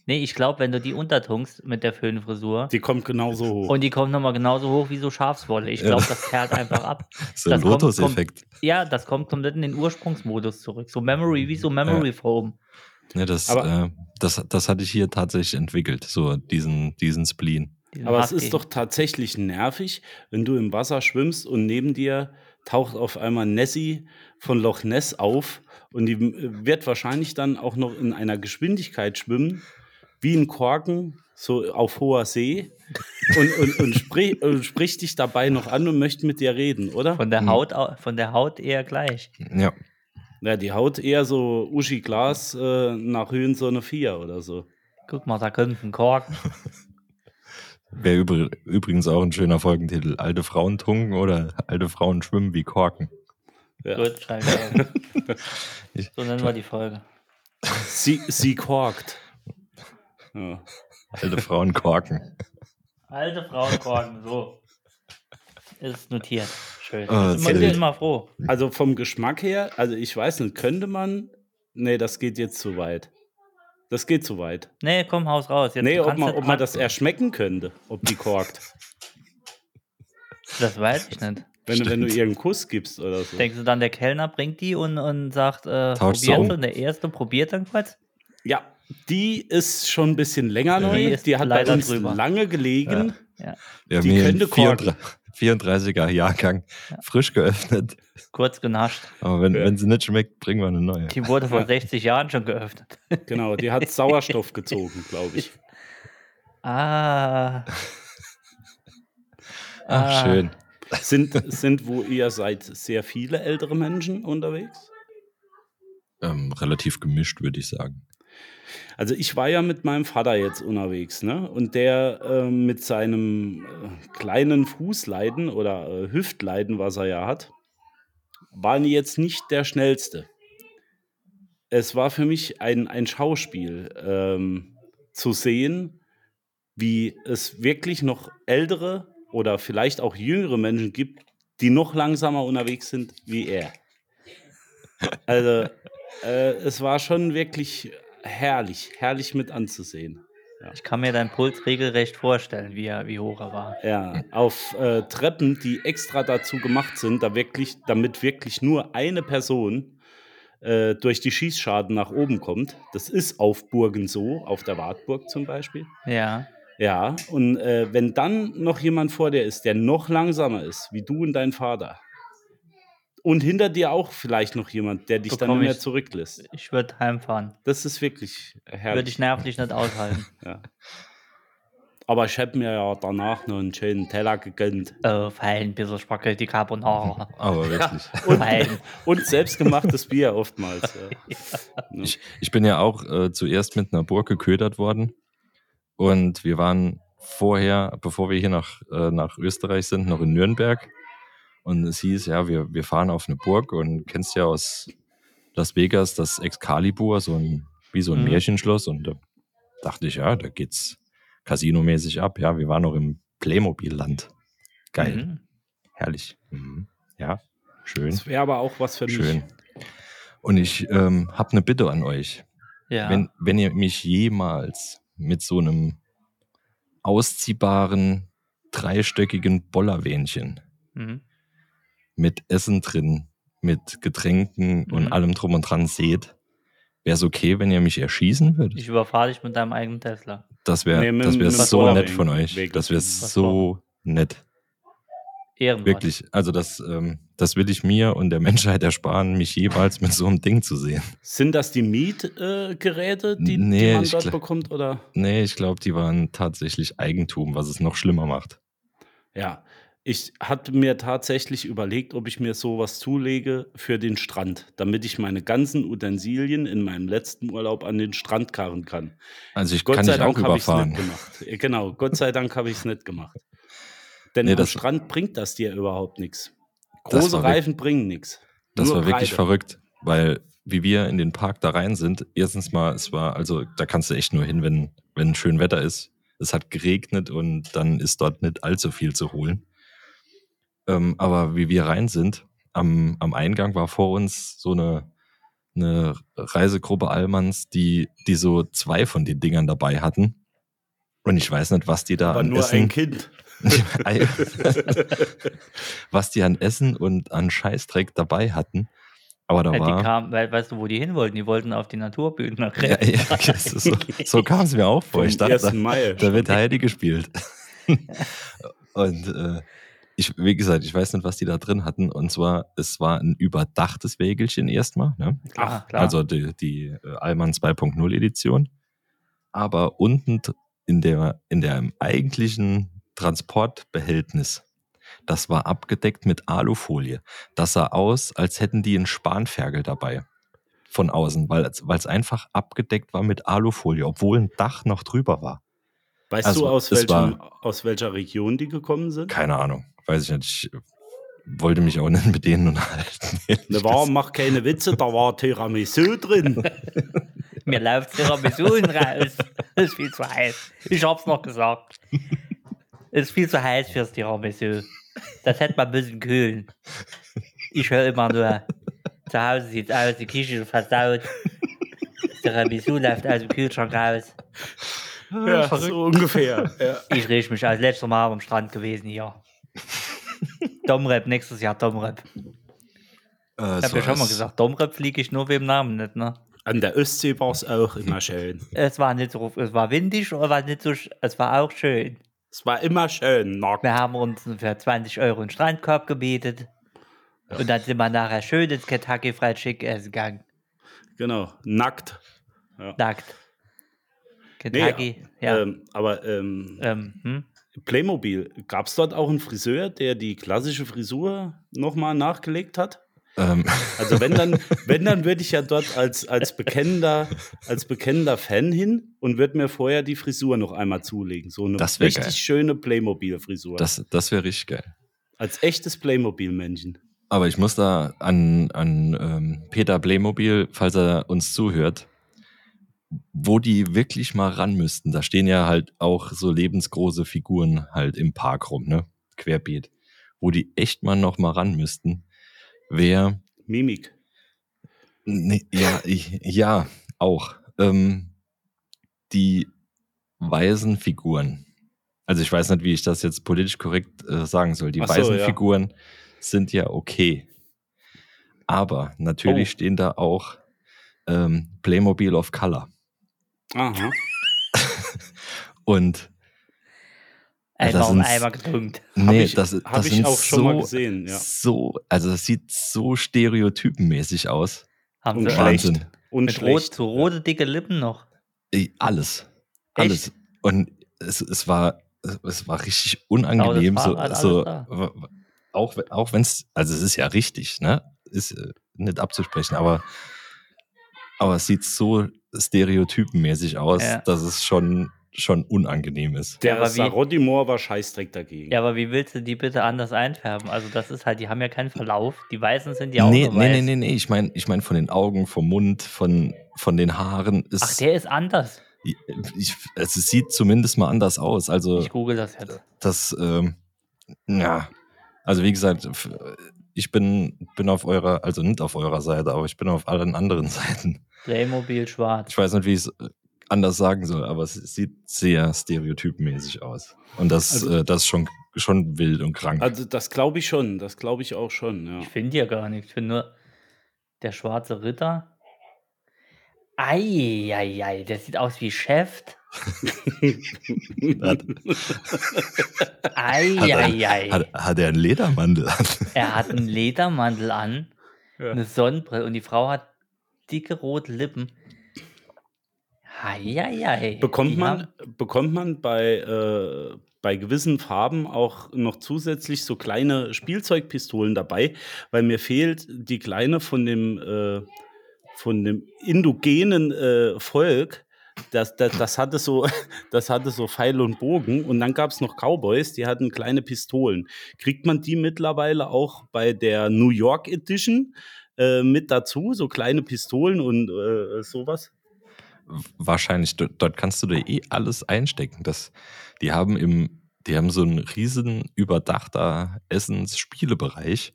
[SPEAKER 4] Nee, ich glaube, wenn du die untertunkst mit der Föhnfrisur
[SPEAKER 6] Die kommt genauso
[SPEAKER 5] Oh.
[SPEAKER 6] hoch.
[SPEAKER 4] und die kommt nochmal genauso hoch wie so Schafswolle, ich glaube, das perlt einfach ab.
[SPEAKER 5] So ein
[SPEAKER 4] Das kommt-
[SPEAKER 5] Lotus-Effekt.
[SPEAKER 4] Ja, das kommt komplett in den Ursprungsmodus zurück. So Memory, wie so Memory Foam.
[SPEAKER 5] Ne, das,
[SPEAKER 6] Aber-
[SPEAKER 5] äh, das, das hatte ich hier tatsächlich entwickelt, so diesen, diesen Spleen.
[SPEAKER 4] Diesen
[SPEAKER 6] Aber es
[SPEAKER 4] Husky.
[SPEAKER 6] ist doch tatsächlich nervig, wenn du im Wasser schwimmst und neben dir taucht auf einmal Nessie von Loch Ness auf und die äh, wird wahrscheinlich dann auch noch in einer Geschwindigkeit schwimmen, wie ein Korken, so auf hoher See und, und, und, sprich, [laughs] und spricht dich dabei noch an und möchte mit dir reden, oder?
[SPEAKER 4] von
[SPEAKER 5] Hm.
[SPEAKER 4] der Haut au- von der Haut eher gleich.
[SPEAKER 5] Ja.
[SPEAKER 6] Ja, die haut eher so Uschi Glas äh, nach Höhensonne 4 oder so.
[SPEAKER 4] Guck mal, da kommt ein Korken.
[SPEAKER 5] Wäre übr übrigens auch ein schöner Folgentitel. Alte Frauen tunken oder alte Frauen schwimmen wie Korken.
[SPEAKER 6] Ja.
[SPEAKER 4] Gut, schreiben
[SPEAKER 5] [laughs]
[SPEAKER 4] wir auf. So nennen wir die Folge.
[SPEAKER 6] Sie, sie korkt. Ja.
[SPEAKER 5] Alte Frauen korken.
[SPEAKER 4] Alte Frauen korken, so. Ist notiert. Schön.
[SPEAKER 5] Ah,
[SPEAKER 4] Ich bin
[SPEAKER 5] sehr
[SPEAKER 4] immer,
[SPEAKER 5] gut.
[SPEAKER 4] immer froh.
[SPEAKER 6] Also vom Geschmack her, also ich weiß nicht, könnte man. Nee, das geht jetzt zu weit. Das geht zu weit.
[SPEAKER 4] Nee, komm, haus raus. Jetzt,
[SPEAKER 6] nee,
[SPEAKER 4] du
[SPEAKER 6] ob
[SPEAKER 4] kannst halt
[SPEAKER 6] man,
[SPEAKER 4] nicht
[SPEAKER 6] ob man
[SPEAKER 4] ran-
[SPEAKER 6] das erschmecken könnte, ob
[SPEAKER 4] [laughs]
[SPEAKER 6] die korkt.
[SPEAKER 4] Das weiß ich nicht.
[SPEAKER 6] wenn, wenn du ihr einen Kuss gibst oder so.
[SPEAKER 4] Denkst du dann, der Kellner bringt die und, und sagt, äh,
[SPEAKER 5] Tauscht sie
[SPEAKER 4] probiert
[SPEAKER 5] um.
[SPEAKER 4] und der Erste probiert dann kurz?
[SPEAKER 6] Ja, die ist schon ein bisschen
[SPEAKER 5] Ja.
[SPEAKER 6] länger neu.
[SPEAKER 4] Die
[SPEAKER 6] Die,
[SPEAKER 4] ist
[SPEAKER 6] hat bei
[SPEAKER 4] leider
[SPEAKER 6] uns
[SPEAKER 4] drüber.
[SPEAKER 6] lange gelegen.
[SPEAKER 5] Wir haben
[SPEAKER 6] Die
[SPEAKER 5] hier einen
[SPEAKER 6] könnte korken.
[SPEAKER 5] [laughs] 34, 34er Jahrgang frisch geöffnet.
[SPEAKER 4] Kurz genascht.
[SPEAKER 5] Aber wenn,
[SPEAKER 6] Ja.
[SPEAKER 5] wenn sie nicht schmeckt, bringen wir eine neue.
[SPEAKER 4] Die wurde
[SPEAKER 5] [laughs]
[SPEAKER 4] vor 60 Jahren schon geöffnet.
[SPEAKER 6] [laughs] Genau, die hat Sauerstoff gezogen,
[SPEAKER 4] [laughs]
[SPEAKER 6] glaube ich.
[SPEAKER 4] Ah,
[SPEAKER 5] Ach,
[SPEAKER 4] Ah.
[SPEAKER 5] schön.
[SPEAKER 6] Sind, sind wo ihr seid, sehr viele ältere Menschen unterwegs?
[SPEAKER 5] ähm, relativ gemischt, würde ich sagen.
[SPEAKER 6] Also ich war ja mit meinem Vater jetzt unterwegs, ne? Und der äh, mit seinem äh, kleinen Fußleiden oder äh, Hüftleiden, was er ja hat, war jetzt nicht der schnellste. Es war für mich ein, ein Schauspiel ähm, zu sehen, wie es wirklich noch ältere oder vielleicht auch jüngere Menschen gibt, die noch langsamer unterwegs sind wie er. Also es war schon wirklich herrlich, herrlich mit anzusehen.
[SPEAKER 4] Ja. Ich kann mir deinen Puls regelrecht vorstellen, wie, er, wie hoch er war.
[SPEAKER 6] Ja, auf äh, Treppen, die extra dazu gemacht sind, da wirklich, damit wirklich nur eine Person äh, durch die Schießschaden nach oben kommt. Das ist auf Burgen so, auf der Wartburg zum Beispiel.
[SPEAKER 4] Ja.
[SPEAKER 6] Ja, und äh, wenn dann noch jemand vor dir ist, der noch langsamer ist, wie du und dein Vater, und hinter dir auch vielleicht noch jemand, der dich so, dann nicht mehr
[SPEAKER 4] ich,
[SPEAKER 6] zurücklässt.
[SPEAKER 4] Ich würde heimfahren.
[SPEAKER 6] Das ist wirklich äh, herrlich.
[SPEAKER 4] Würde ich nervlich nicht
[SPEAKER 6] [laughs]
[SPEAKER 4] aushalten.
[SPEAKER 6] ja. Aber ich habe mir ja danach noch einen schönen Teller gegönnt.
[SPEAKER 4] Oh, fein, ein bisschen Spaghetti Carbonara.
[SPEAKER 5] Aber wirklich.
[SPEAKER 6] Ja, und, und, selbstgemachtes Bier oftmals. Ja.
[SPEAKER 5] Ich, ich, bin ja auch äh, zuerst mit einer Burg geködert worden. Und wir waren vorher, bevor wir hier nach, äh, nach Österreich sind, noch in Nürnberg. Und es hieß, ja, wir, wir fahren auf eine Burg und kennst ja aus Las Vegas das Excalibur, so ein, wie so ein mhm. Märchenschloss. Und da dachte ich, ja, da geht's casinomäßig ab. Ja, wir waren noch im Playmobil-Land. Geil. Mhm. Herrlich. Mhm. Ja, schön.
[SPEAKER 6] Das wäre aber auch was für mich. Schön.
[SPEAKER 5] Und ich ähm, habe eine Bitte an euch.
[SPEAKER 4] Ja.
[SPEAKER 5] Wenn, wenn ihr mich jemals mit so einem ausziehbaren, dreistöckigen Bollerwähnchen mhm mit Essen drin, mit Getränken mhm. und allem drum und dran seht, wäre es okay, wenn ihr mich erschießen würdet.
[SPEAKER 4] Ich überfahre dich mit deinem eigenen Tesla.
[SPEAKER 5] Das wäre nee, das wär so nett von euch. Weg. Das wäre so nett.
[SPEAKER 4] Ehrenwort.
[SPEAKER 5] Wirklich, also das, ähm, das will ich mir und der Menschheit ersparen, mich jeweils mit so einem Ding zu sehen.
[SPEAKER 6] Sind das die Mietgeräte, äh, die, nee, die, man dort bekommt? Oder?
[SPEAKER 5] Nee, ich glaube, die waren tatsächlich Eigentum, was es noch schlimmer macht.
[SPEAKER 6] Ja, ich hatte mir tatsächlich überlegt, ob ich mir sowas zulege für den Strand, damit ich meine ganzen Utensilien in meinem letzten Urlaub an den Strand karren kann.
[SPEAKER 5] Also ich Gott kann sei Dank habe ich es
[SPEAKER 6] nicht gemacht. Genau, Gott sei Dank habe ich es nicht gemacht. Denn nee, am Strand bringt das dir überhaupt nichts. Große Reifen wirklich, bringen nichts.
[SPEAKER 5] Das war wirklich Breite. verrückt, weil wie wir in den Park da rein sind, erstens mal, es war, also da kannst du echt nur hin, wenn, wenn schön Wetter ist. Es hat geregnet und dann ist dort nicht allzu viel zu holen. Ähm, aber wie wir rein sind, am, am Eingang war vor uns so eine, eine Reisegruppe Allmanns, die, die so zwei von den Dingern dabei hatten. Und ich weiß nicht, was die da
[SPEAKER 6] aber
[SPEAKER 5] an
[SPEAKER 6] nur
[SPEAKER 5] Essen.
[SPEAKER 6] Ein kind.
[SPEAKER 5] [laughs] was die an Essen und an Scheißdreck dabei hatten. Aber da
[SPEAKER 4] ja,
[SPEAKER 5] war.
[SPEAKER 4] Äh, Die kamen, weißt du, wo die hin wollten? Die wollten auf die Naturbühne nach
[SPEAKER 5] [laughs] ja, ja, so, so kam es mir auch vor. Ich dachte, da, [laughs] da wird Heidi gespielt. [laughs] und äh, ich, wie gesagt, ich weiß nicht, was die da drin hatten. Und zwar, es war ein überdachtes Wägelchen erstmal. Ne?
[SPEAKER 4] Klar, klar.
[SPEAKER 5] Also die, die Allmann 2.0 Edition. Aber unten in der, in der eigentlichen Transportbehältnis, das war abgedeckt mit Alufolie. Das sah aus, als hätten die einen Spanferkel dabei. Von außen, weil es einfach abgedeckt war mit Alufolie, obwohl ein Dach noch drüber war.
[SPEAKER 6] Weißt also, du, aus, welchem, aus welcher Region die gekommen sind?
[SPEAKER 5] Keine Ahnung weiß ich nicht, ich äh, wollte mich auch nicht mit denen [laughs] unterhalten.
[SPEAKER 6] Ne, warum mach keine Witze, da war Tiramisu drin.
[SPEAKER 4] Mir
[SPEAKER 5] äh,
[SPEAKER 4] läuft Tiramisu
[SPEAKER 5] [laughs]
[SPEAKER 4] raus. Das ist viel zu heiß. Ich hab's noch gesagt. Das ist viel zu heiß fürs Tiramisu. Das hätte man müssen kühlen. Ich höre immer nur, zu Hause sieht's aus, die Küche ist versaut. Das Tiramisu läuft aus dem Kühlschrank raus.
[SPEAKER 6] [laughs] Ja, Verrückt. so ungefähr. Ja.
[SPEAKER 4] Ich rieche mich als letztes Mal am Strand gewesen hier. Domrep, nächstes Jahr Domrep. Äh, ich habe so ja schon mal gesagt, Domrep fliege ich nur wem Namen nicht, ne?
[SPEAKER 6] An der Ostsee war es auch immer schön.
[SPEAKER 4] Es war nicht so, es war windig, aber nicht so, es war auch schön.
[SPEAKER 6] Es war immer schön,
[SPEAKER 4] Marc. Wir haben uns für 20 Euro einen Strandkorb gebietet. Ja. Und dann sind wir nachher schön ins Kentucky Fried Chicken essen gegangen.
[SPEAKER 6] Genau, nackt.
[SPEAKER 4] Ja. Nackt. Kentucky,
[SPEAKER 6] nee, ja. Ähm, aber, ähm, ähm hm? Playmobil, gab es dort auch einen Friseur, der die klassische Frisur nochmal nachgelegt hat?
[SPEAKER 5] Ähm. [laughs]
[SPEAKER 6] Also wenn dann, wenn dann würde ich ja dort als, als bekennender, als bekennender Fan hin und würde mir vorher die Frisur noch einmal zulegen. So eine
[SPEAKER 5] Das wär
[SPEAKER 6] richtig
[SPEAKER 5] geil.
[SPEAKER 6] schöne Playmobil-Frisur.
[SPEAKER 5] Das, das wäre richtig geil.
[SPEAKER 6] Als echtes Playmobil-Männchen.
[SPEAKER 5] Aber ich muss da an, an ähm, Peter Playmobil, falls er uns zuhört, wo die wirklich mal ran müssten. Da stehen ja halt auch so lebensgroße Figuren halt im Park rum, ne? Querbeet. Wo die echt mal noch mal ran müssten, wäre
[SPEAKER 6] Mimik.
[SPEAKER 5] Nee, ja, ich, ja, auch. Ähm, die weißen Figuren. Also ich weiß nicht, wie ich das jetzt politisch korrekt äh, sagen soll. Die
[SPEAKER 6] Ach so,
[SPEAKER 5] weißen
[SPEAKER 6] ja.
[SPEAKER 5] Figuren sind ja okay. Aber natürlich
[SPEAKER 6] Oh.
[SPEAKER 5] stehen da auch ähm, Playmobil of Color.
[SPEAKER 6] Aha.
[SPEAKER 5] Und Ja, das
[SPEAKER 4] Einmal um
[SPEAKER 5] sind's.
[SPEAKER 4] Eimer gedrückt.
[SPEAKER 5] nee,
[SPEAKER 6] ich-
[SPEAKER 5] das, das
[SPEAKER 6] Habe ich
[SPEAKER 5] sind
[SPEAKER 6] auch schon
[SPEAKER 5] so,
[SPEAKER 6] mal gesehen, ja.
[SPEAKER 5] so, also das sieht so stereotypenmäßig aus.
[SPEAKER 4] Haben
[SPEAKER 6] Und
[SPEAKER 4] sie
[SPEAKER 6] schlecht.
[SPEAKER 5] Wahnsinn.
[SPEAKER 6] Und
[SPEAKER 4] mit rot,
[SPEAKER 6] schlecht.
[SPEAKER 4] so rote, dicke Lippen noch.
[SPEAKER 5] Ey, Alles. Alles. Und es, es war es war richtig
[SPEAKER 4] Genau,
[SPEAKER 5] unangenehm.
[SPEAKER 4] Lautes
[SPEAKER 5] So,
[SPEAKER 4] Fahrrad, halt alles
[SPEAKER 5] so,
[SPEAKER 4] da.
[SPEAKER 5] w- w- auch we- auch wenn es, also es ist ja richtig, ne? Ist äh, nicht abzusprechen, aber, aber es sieht so stereotypenmäßig aus,
[SPEAKER 4] Ja.
[SPEAKER 5] dass es schon, schon unangenehm ist.
[SPEAKER 4] Ja,
[SPEAKER 6] Der
[SPEAKER 4] aber wie-
[SPEAKER 6] Sarodimor war scheißdreck dagegen.
[SPEAKER 4] Ja, aber wie willst du die bitte anders einfärben? Also das ist halt, die haben ja keinen Verlauf. Die Weißen sind ja auch
[SPEAKER 5] nee,
[SPEAKER 4] so
[SPEAKER 5] nee,
[SPEAKER 4] weiß.
[SPEAKER 5] nee, nee, nee. Ich meine, ich mein von den Augen, vom Mund, von, von den Haaren. Ist,
[SPEAKER 4] Ach, der ist anders.
[SPEAKER 5] ich, es sieht zumindest mal anders aus. Also,
[SPEAKER 4] Ich google das jetzt.
[SPEAKER 5] das, ähm, ja, also wie gesagt, f- ich bin, bin auf eurer, also nicht auf eurer Seite, aber ich bin auf allen anderen [laughs] Seiten.
[SPEAKER 4] Playmobil schwarz.
[SPEAKER 5] Ich weiß nicht, wie ich es äh, anders sagen soll, aber es sieht sehr stereotypmäßig aus. Und das,
[SPEAKER 6] Also-
[SPEAKER 5] äh, das ist schon, schon wild und krank.
[SPEAKER 6] Also das glaube ich schon, das glaube ich auch schon, ja.
[SPEAKER 4] Ich finde ja gar nichts. Ich finde nur der schwarze Ritter. Eieiei, der sieht aus wie Chef.
[SPEAKER 6] [laughs]
[SPEAKER 4] Eieiei.
[SPEAKER 5] Hat, hat er einen Ledermantel an?
[SPEAKER 4] Er hat einen Ledermantel an,
[SPEAKER 6] Ja.
[SPEAKER 4] eine Sonnenbrille und die Frau hat dicke rote Lippen. Eieiei.
[SPEAKER 6] Bekommt
[SPEAKER 4] Die
[SPEAKER 6] man,
[SPEAKER 4] haben-
[SPEAKER 6] bekommt man bei, äh, bei gewissen Farben auch noch zusätzlich so kleine Spielzeugpistolen dabei, weil mir fehlt die kleine von dem, äh, von dem indogenen äh, Volk. Das, das, das, hatte so, [laughs] das hatte so Pfeil und Bogen und dann gab es noch Cowboys, die hatten kleine Pistolen. Kriegt man die mittlerweile auch bei der New York Edition äh, mit dazu, so kleine Pistolen und äh, sowas?
[SPEAKER 5] Wahrscheinlich, dort, dort kannst du dir eh alles einstecken. Das, die haben im, die haben so einen riesen überdachter Essens-Spielebereich.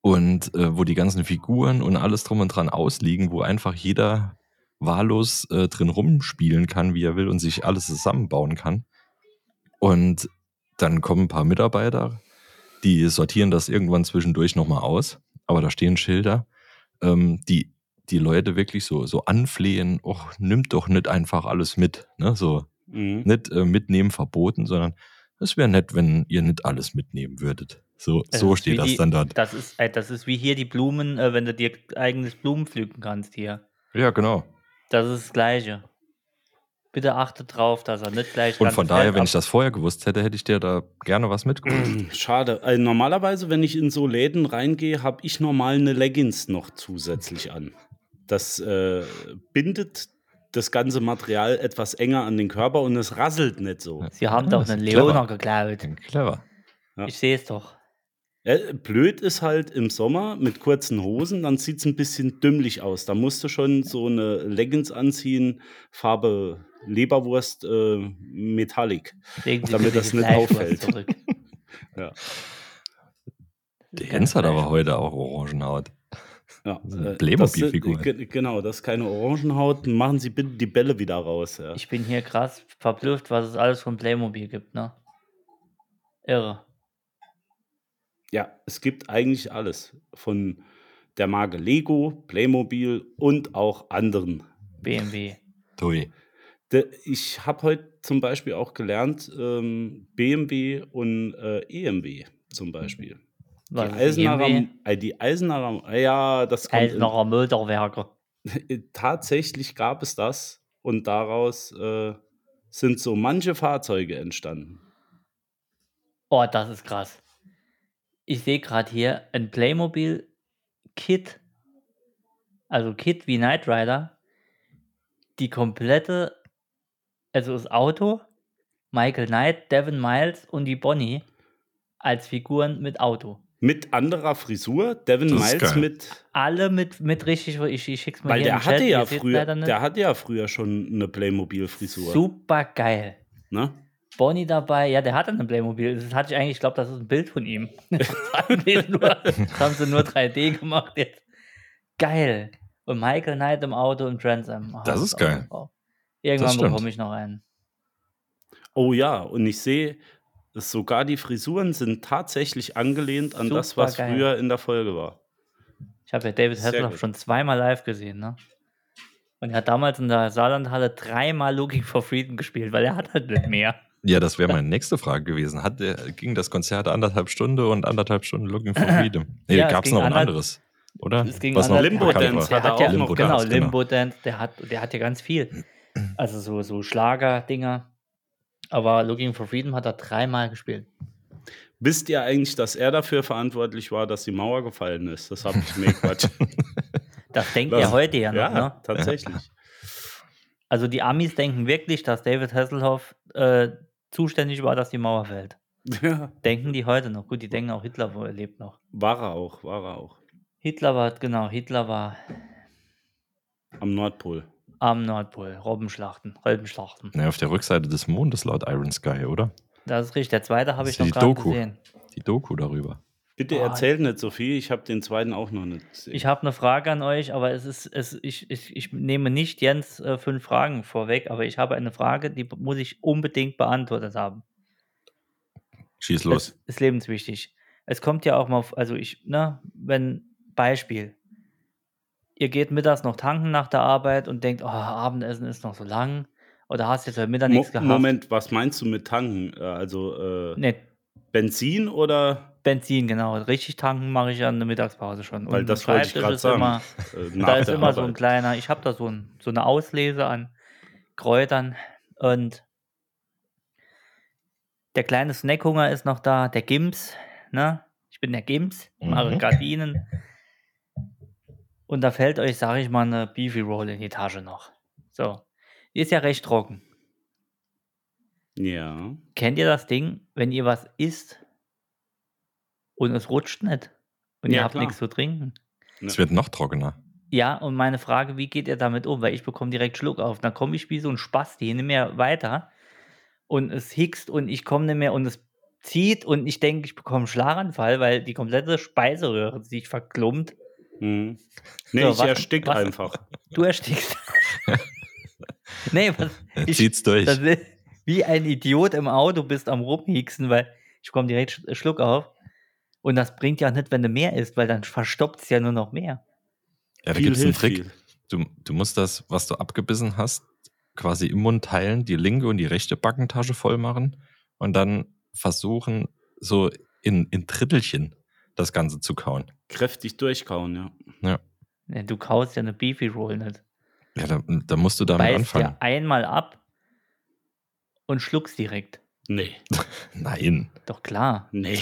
[SPEAKER 5] Und äh, wo die ganzen Figuren und alles drum und dran ausliegen, wo einfach jeder wahllos äh, drin rumspielen kann, wie er will und sich alles zusammenbauen kann. Und dann kommen ein paar Mitarbeiter, die sortieren das irgendwann zwischendurch nochmal aus. Aber da stehen Schilder, ähm, die die Leute wirklich so, so anflehen, och, nimmt doch nicht einfach alles mit. Ne? So,
[SPEAKER 6] Mhm.
[SPEAKER 5] nicht äh, mitnehmen verboten, sondern es wäre nett, wenn ihr nicht alles mitnehmen würdet. So,
[SPEAKER 4] Das
[SPEAKER 5] so
[SPEAKER 4] ist wie
[SPEAKER 5] steht das
[SPEAKER 4] die-
[SPEAKER 5] dann dort.
[SPEAKER 4] Das ist, äh, das ist wie hier die Blumen, äh, wenn du dir eigenes Blumen pflücken kannst hier.
[SPEAKER 5] Ja, genau.
[SPEAKER 4] Das ist das Gleiche. Bitte achte drauf, dass er nicht gleich
[SPEAKER 5] Und
[SPEAKER 4] ganz
[SPEAKER 5] von daher,
[SPEAKER 4] fett
[SPEAKER 5] wenn ich
[SPEAKER 4] ab-
[SPEAKER 5] das vorher gewusst hätte, hätte ich dir da gerne was
[SPEAKER 4] [clears throat]
[SPEAKER 5] mitgebracht.
[SPEAKER 6] [clears throat] Schade. Also normalerweise, wenn ich in so Läden reingehe, habe ich normal eine Leggings noch zusätzlich an. Das äh, bindet das ganze Material etwas enger an den Körper und es rasselt nicht so.
[SPEAKER 4] Sie haben
[SPEAKER 5] Ah,
[SPEAKER 4] doch
[SPEAKER 5] das
[SPEAKER 4] einen
[SPEAKER 5] ist clever. Genau.
[SPEAKER 4] Leona geklaut.
[SPEAKER 5] Clever.
[SPEAKER 6] Ja.
[SPEAKER 4] Ich sehe es doch.
[SPEAKER 6] Äh, blöd ist halt im Sommer mit kurzen Hosen, dann sieht es ein bisschen dümmlich aus. Da musst du schon so eine Leggings anziehen, Farbe Leberwurst, äh, Metallic.
[SPEAKER 4] Legen Sie
[SPEAKER 6] Damit
[SPEAKER 4] bitte
[SPEAKER 6] das
[SPEAKER 4] die
[SPEAKER 6] nicht
[SPEAKER 4] Fleischwurst
[SPEAKER 6] auffällt.
[SPEAKER 4] Zurück.
[SPEAKER 6] Ja.
[SPEAKER 5] Der Jens hat aber heute auch Orangenhaut.
[SPEAKER 6] Ja,
[SPEAKER 5] Das sind
[SPEAKER 6] äh,
[SPEAKER 5] Playmobil-Figuren.
[SPEAKER 6] das sind- ge- Genau, das ist keine Orangenhaut. Machen Sie bitte die Bälle wieder raus. Ja.
[SPEAKER 4] Ich bin hier krass verblüfft, was es alles von Playmobil gibt, ne? Irre.
[SPEAKER 6] Ja, es gibt eigentlich alles von der Marke Lego, Playmobil und auch anderen.
[SPEAKER 4] BMW.
[SPEAKER 5] Tui.
[SPEAKER 6] De, ich habe heute zum Beispiel auch gelernt, ähm, BMW und äh, EMW
[SPEAKER 4] Mhm.
[SPEAKER 6] zum Beispiel. Die
[SPEAKER 4] Was ist
[SPEAKER 6] Eisenacher,
[SPEAKER 4] BMW?
[SPEAKER 6] äh, die Eisenacher, äh, ja, das kommt in-
[SPEAKER 4] Eisenacher Motorwerke.
[SPEAKER 6] tatsächlich gab es das und daraus äh, sind so manche Fahrzeuge entstanden.
[SPEAKER 4] Oh, das ist krass. Ich sehe gerade hier ein Playmobil Kid, also Kid wie Knight Rider, die komplette, also das Auto, Michael Knight, Devin Miles und die Bonnie als Figuren mit Auto.
[SPEAKER 6] Mit anderer Frisur, Devin
[SPEAKER 5] Das ist
[SPEAKER 6] Miles
[SPEAKER 5] geil.
[SPEAKER 6] mit.
[SPEAKER 4] Alle mit, mit richtig, ich, ich schick's mal
[SPEAKER 6] Weil
[SPEAKER 4] hier in
[SPEAKER 6] der
[SPEAKER 4] den
[SPEAKER 6] hatte,
[SPEAKER 4] Chat,
[SPEAKER 6] ja
[SPEAKER 4] ihr seht's
[SPEAKER 6] früher,
[SPEAKER 4] leider nicht.
[SPEAKER 6] der hatte ja früher schon eine Playmobil-Frisur.
[SPEAKER 4] Super geil.
[SPEAKER 6] Ne?
[SPEAKER 4] Bonnie dabei, ja, der hatte einen Playmobil. Das hatte ich eigentlich, ich glaube, das ist ein Bild von ihm. [laughs] Das haben
[SPEAKER 5] [laughs]
[SPEAKER 4] die nur, das haben sie nur 3D gemacht jetzt. Geil. Und Michael Knight im Auto und Trans Am. Oh,
[SPEAKER 5] Das ist
[SPEAKER 4] auch
[SPEAKER 5] geil.
[SPEAKER 4] drauf.
[SPEAKER 5] Das
[SPEAKER 4] Irgendwann
[SPEAKER 5] stimmt.
[SPEAKER 4] bekomme ich noch einen.
[SPEAKER 6] Oh ja, und ich sehe, dass sogar die Frisuren sind tatsächlich angelehnt an das, was
[SPEAKER 4] Supergeil.
[SPEAKER 6] früher in der Folge war.
[SPEAKER 4] Ich habe ja David
[SPEAKER 6] Sehr
[SPEAKER 4] Hasselhoff
[SPEAKER 6] gut.
[SPEAKER 4] schon zweimal live gesehen, ne? Und er hat damals in der Saarlandhalle dreimal Looking for Freedom gespielt, weil er hat halt nicht mehr.
[SPEAKER 5] Ja, das wäre meine nächste Frage gewesen. Hat der, ging das Konzert anderthalb Stunden und anderthalb Stunden
[SPEAKER 4] [clears throat]
[SPEAKER 5] Looking for Freedom? Nee,
[SPEAKER 4] Ja, es
[SPEAKER 5] gab es
[SPEAKER 4] ging
[SPEAKER 5] noch ein
[SPEAKER 4] ander-
[SPEAKER 5] anderes, oder?
[SPEAKER 4] Es ging
[SPEAKER 5] noch
[SPEAKER 4] anders.
[SPEAKER 6] Limbo
[SPEAKER 5] bekannt
[SPEAKER 6] Dance
[SPEAKER 5] war.
[SPEAKER 4] Der
[SPEAKER 6] hat er
[SPEAKER 4] hat ja,
[SPEAKER 6] auch noch
[SPEAKER 4] genau,
[SPEAKER 5] Dance,
[SPEAKER 4] Limbo Dance, der hat, der hat ja ganz viel. Also so, so Schlager-Dinger. Aber Looking for Freedom hat er dreimal gespielt.
[SPEAKER 6] Wisst ihr eigentlich, dass er dafür verantwortlich war, dass die Mauer gefallen ist? Das habe
[SPEAKER 4] [laughs]
[SPEAKER 6] ich mir Quatsch.
[SPEAKER 4] Das denkt
[SPEAKER 6] Das-
[SPEAKER 4] er heute ja noch,
[SPEAKER 6] ja,
[SPEAKER 4] ne?
[SPEAKER 6] tatsächlich.
[SPEAKER 4] Also die Amis denken wirklich, dass David Hasselhoff äh, zuständig war, dass die Mauer fällt.
[SPEAKER 6] Ja.
[SPEAKER 4] Denken die heute noch. Gut, die denken auch, Hitler wo- lebt noch.
[SPEAKER 6] [laughs] War er auch, war er auch.
[SPEAKER 4] Hitler war, genau, Hitler war
[SPEAKER 6] Am Nordpol.
[SPEAKER 4] am Nordpol, Robbenschlachten, Robbenschlachten.
[SPEAKER 5] Ja, auf der Rückseite des Mondes laut Iron Sky, oder?
[SPEAKER 4] Das ist richtig. Der zweite habe ich noch
[SPEAKER 5] Das ist die
[SPEAKER 4] gerade
[SPEAKER 5] Doku.
[SPEAKER 4] gesehen.
[SPEAKER 5] Die Doku darüber.
[SPEAKER 6] Bitte
[SPEAKER 4] Ah.
[SPEAKER 6] erzählt nicht so viel, ich habe den zweiten auch noch nicht gesehen.
[SPEAKER 4] Ich habe eine Frage an euch, aber es ist, es, ich, ich, ich nehme nicht Jens äh, fünf Fragen vorweg, aber ich habe eine Frage, die muss ich unbedingt beantwortet haben.
[SPEAKER 5] Schieß los.
[SPEAKER 4] Es ist lebenswichtig. Es kommt ja auch mal, auf- also ich, ne, wenn, Beispiel, ihr geht mittags noch tanken nach der Arbeit und denkt, oh, Abendessen ist noch so lang oder hast jetzt heute Mittag
[SPEAKER 6] Mo
[SPEAKER 4] nichts gehabt.
[SPEAKER 6] Moment, was meinst du mit Tanken? Äh, Also äh,
[SPEAKER 4] Nee,
[SPEAKER 6] Benzin oder?
[SPEAKER 4] Benzin, genau. Richtig tanken mache ich ja in der Mittagspause schon.
[SPEAKER 6] Weil
[SPEAKER 4] Und
[SPEAKER 6] das
[SPEAKER 4] am
[SPEAKER 6] wollte ich
[SPEAKER 4] Schreibtisch
[SPEAKER 6] gerade
[SPEAKER 4] ist
[SPEAKER 6] sagen.
[SPEAKER 4] Immer,
[SPEAKER 6] Äh,
[SPEAKER 4] da
[SPEAKER 6] nach
[SPEAKER 4] ist
[SPEAKER 6] der
[SPEAKER 4] immer so ein
[SPEAKER 6] Arbeit?
[SPEAKER 4] kleiner, ich habe da so, ein, so eine Auslese an Kräutern und der kleine Snackhunger ist noch da, der Gims, ne? Ich bin der Gims, mache
[SPEAKER 5] Mhm.
[SPEAKER 4] Gardinen. Und da fällt euch, sage ich mal, eine Beefy Roll in die Tasche noch. So. Die ist ja recht trocken.
[SPEAKER 6] Ja.
[SPEAKER 4] Kennt ihr das Ding, wenn ihr was isst und es rutscht nicht und ihr
[SPEAKER 6] Ja,
[SPEAKER 4] habt
[SPEAKER 6] klar.
[SPEAKER 4] nichts zu trinken?
[SPEAKER 5] Es wird noch trockener.
[SPEAKER 4] Ja, und meine Frage, wie geht ihr damit um? Weil ich bekomme direkt Schluck auf. Dann komme ich wie so ein Spasti, nicht mehr weiter und es hickst und ich komme nicht mehr und es zieht und ich denke, ich bekomme einen Schlaganfall, weil die komplette Speiseröhre sich verklumpt.
[SPEAKER 6] Mhm. Nee,
[SPEAKER 4] So,
[SPEAKER 6] ich
[SPEAKER 4] was-
[SPEAKER 6] erstick
[SPEAKER 4] was-
[SPEAKER 6] einfach.
[SPEAKER 4] Du erstickst. [laughs] nee, was,
[SPEAKER 5] Er
[SPEAKER 4] Ich-
[SPEAKER 5] zieht's durch.
[SPEAKER 4] Das ist wie ein Idiot im Auto bist am rumhicksen, weil ich komme direkt Sch- äh, Schluck auf. Und das bringt ja nicht, wenn du mehr isst, weil dann verstopft es ja nur noch mehr.
[SPEAKER 5] Ja, da
[SPEAKER 6] Viel
[SPEAKER 5] gibt's einen
[SPEAKER 6] hilft
[SPEAKER 5] Trick.
[SPEAKER 6] viel.
[SPEAKER 5] Du, du musst das, was du abgebissen hast, quasi im Mund teilen, die linke und die rechte Backentasche voll machen und dann versuchen, so in, in Drittelchen das Ganze zu kauen.
[SPEAKER 6] Kräftig durchkauen, ja.
[SPEAKER 4] Ne, Du kaust ja eine Beefy Roll nicht.
[SPEAKER 5] Ja, da, da musst du damit
[SPEAKER 4] Beißt
[SPEAKER 5] anfangen.
[SPEAKER 4] dir einmal ab und schluckst direkt.
[SPEAKER 6] Nee,
[SPEAKER 5] Nein.
[SPEAKER 4] Doch klar.
[SPEAKER 6] nee.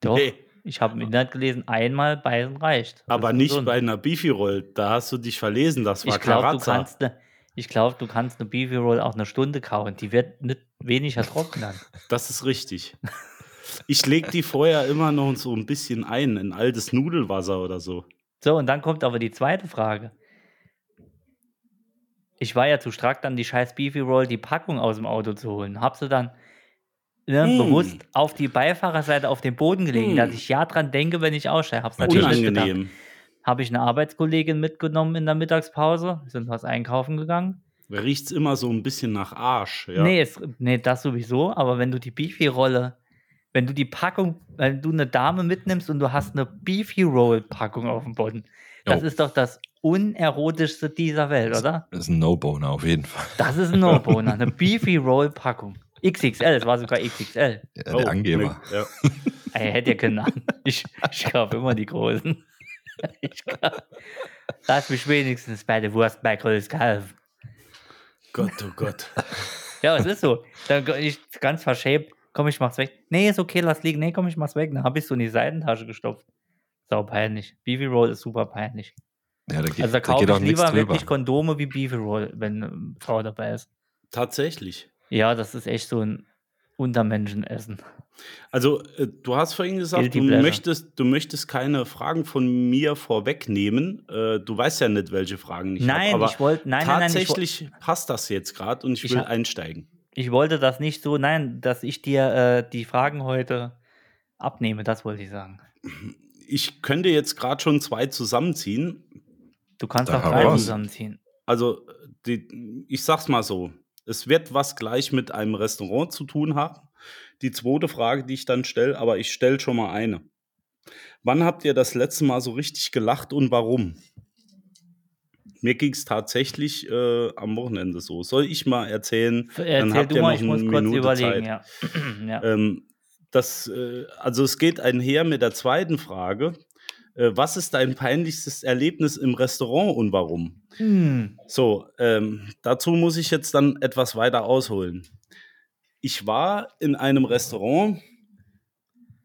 [SPEAKER 4] Doch.
[SPEAKER 6] [laughs] nee.
[SPEAKER 4] Ich habe im Internet gelesen, einmal beißen reicht. Das
[SPEAKER 6] Aber
[SPEAKER 4] ist
[SPEAKER 6] nicht
[SPEAKER 4] gesund.
[SPEAKER 6] bei einer Beefy-Roll. Da hast du dich verlesen, das war
[SPEAKER 4] Ich glaube, du
[SPEAKER 6] Karazza.
[SPEAKER 4] kannst ne, ich glaub, du kannst eine Beefy Roll auch eine Stunde kauen. Die wird nicht weniger trocken
[SPEAKER 6] [laughs]
[SPEAKER 4] dann.
[SPEAKER 6] Das ist richtig. Ich lege die vorher immer noch so ein bisschen ein, in altes Nudelwasser oder so.
[SPEAKER 4] So, und dann kommt aber die zweite Frage. Ich war ja zu stark, dann die scheiß Beefy Roll, die Packung aus dem Auto zu holen. Hab sie dann ne,
[SPEAKER 6] Hm.
[SPEAKER 4] bewusst auf die Beifahrerseite auf den Boden gelegt,
[SPEAKER 6] Hm.
[SPEAKER 4] dass ich ja dran denke, wenn ich aussteige. Hab's
[SPEAKER 5] Natürlich.
[SPEAKER 6] Unangenehm.
[SPEAKER 4] Habe ich eine Arbeitskollegin mitgenommen in der Mittagspause, sind was einkaufen gegangen.
[SPEAKER 6] Riecht es immer so ein bisschen nach Arsch. Ja.
[SPEAKER 4] Nee, es, nee, das sowieso, aber wenn du die Beefy-Rolle, wenn du die Packung, wenn du eine Dame mitnimmst und du hast eine Beefy-Roll-Packung auf dem Boden, das
[SPEAKER 5] Jo.
[SPEAKER 4] ist doch das unerotischste dieser Welt, oder?
[SPEAKER 5] Das ist ein No-Boner auf jeden Fall.
[SPEAKER 4] Das ist ein No-Boner, eine Beefy-Roll-Packung. XXL, es war sogar XXL.
[SPEAKER 5] Ja,
[SPEAKER 6] Oh,
[SPEAKER 5] der Angeber.
[SPEAKER 6] nee, ja.
[SPEAKER 4] Ey, hätte ja genannt. Ich, ich kaufe immer die Großen. Ich kauf, lass mich wenigstens bei der Wurst bei Größ kaufen.
[SPEAKER 6] Gott, oh Gott. [laughs]
[SPEAKER 4] Ja, es ist so. Dann go- ich ganz verschämt, komm, ich mach's weg. Nee, ist okay, lass liegen. Nee, komm, ich mach's weg. Dann hab ich so in die Seitentasche gestopft. Sau peinlich. Beefy Roll ist super peinlich.
[SPEAKER 5] Ja, da geht,
[SPEAKER 4] Also da
[SPEAKER 5] da
[SPEAKER 4] kaufe
[SPEAKER 5] geht auch
[SPEAKER 4] ich
[SPEAKER 5] nichts
[SPEAKER 4] lieber
[SPEAKER 5] drüber.
[SPEAKER 4] wirklich Kondome wie Beefy Roll, wenn ähm, Frau dabei ist.
[SPEAKER 6] Tatsächlich.
[SPEAKER 4] Ja, das ist echt so ein Untermenschenessen.
[SPEAKER 6] Also, äh, du hast vorhin gesagt,
[SPEAKER 4] Guilty
[SPEAKER 6] du
[SPEAKER 4] pleasure.
[SPEAKER 6] möchtest, du möchtest keine Fragen von mir vorwegnehmen. Äh, du weißt ja nicht, welche Fragen ich habe.
[SPEAKER 4] Nein,
[SPEAKER 6] aber
[SPEAKER 4] ich wollte, nein, nein, nein, ich, wo-
[SPEAKER 6] tatsächlich passt das jetzt gerade und ich,
[SPEAKER 4] Ich
[SPEAKER 6] will
[SPEAKER 4] hab-
[SPEAKER 6] einsteigen.
[SPEAKER 4] ich wollte das nicht so, nein, dass ich dir äh, die Fragen heute abnehme, das wollte ich sagen.
[SPEAKER 6] Ich könnte jetzt gerade schon zwei zusammenziehen.
[SPEAKER 4] Du kannst
[SPEAKER 5] Da
[SPEAKER 4] auch
[SPEAKER 5] hau
[SPEAKER 4] drei
[SPEAKER 5] raus.
[SPEAKER 4] zusammenziehen.
[SPEAKER 6] Also, die, ich sag's mal so: Es wird was gleich mit einem Restaurant zu tun haben. Die zweite Frage, die ich dann stelle, aber ich stelle schon mal eine. Wann habt ihr das letzte Mal so richtig gelacht und warum? Mir ging's tatsächlich äh, am Wochenende so. Soll ich mal erzählen? Dann
[SPEAKER 4] Erzähl
[SPEAKER 6] habt
[SPEAKER 4] du
[SPEAKER 6] ihr
[SPEAKER 4] mal,
[SPEAKER 6] noch
[SPEAKER 4] ich muss
[SPEAKER 6] eine
[SPEAKER 4] kurz
[SPEAKER 6] Minute
[SPEAKER 4] überlegen,
[SPEAKER 6] Zeit.
[SPEAKER 4] ja. ja. [clears throat]
[SPEAKER 6] Ähm, das, äh, also es geht einher mit der zweiten Frage. Äh, was ist dein peinlichstes Erlebnis im Restaurant und warum?
[SPEAKER 4] Hm.
[SPEAKER 6] So, ähm, dazu muss ich jetzt dann etwas weiter ausholen. Ich war in einem Restaurant,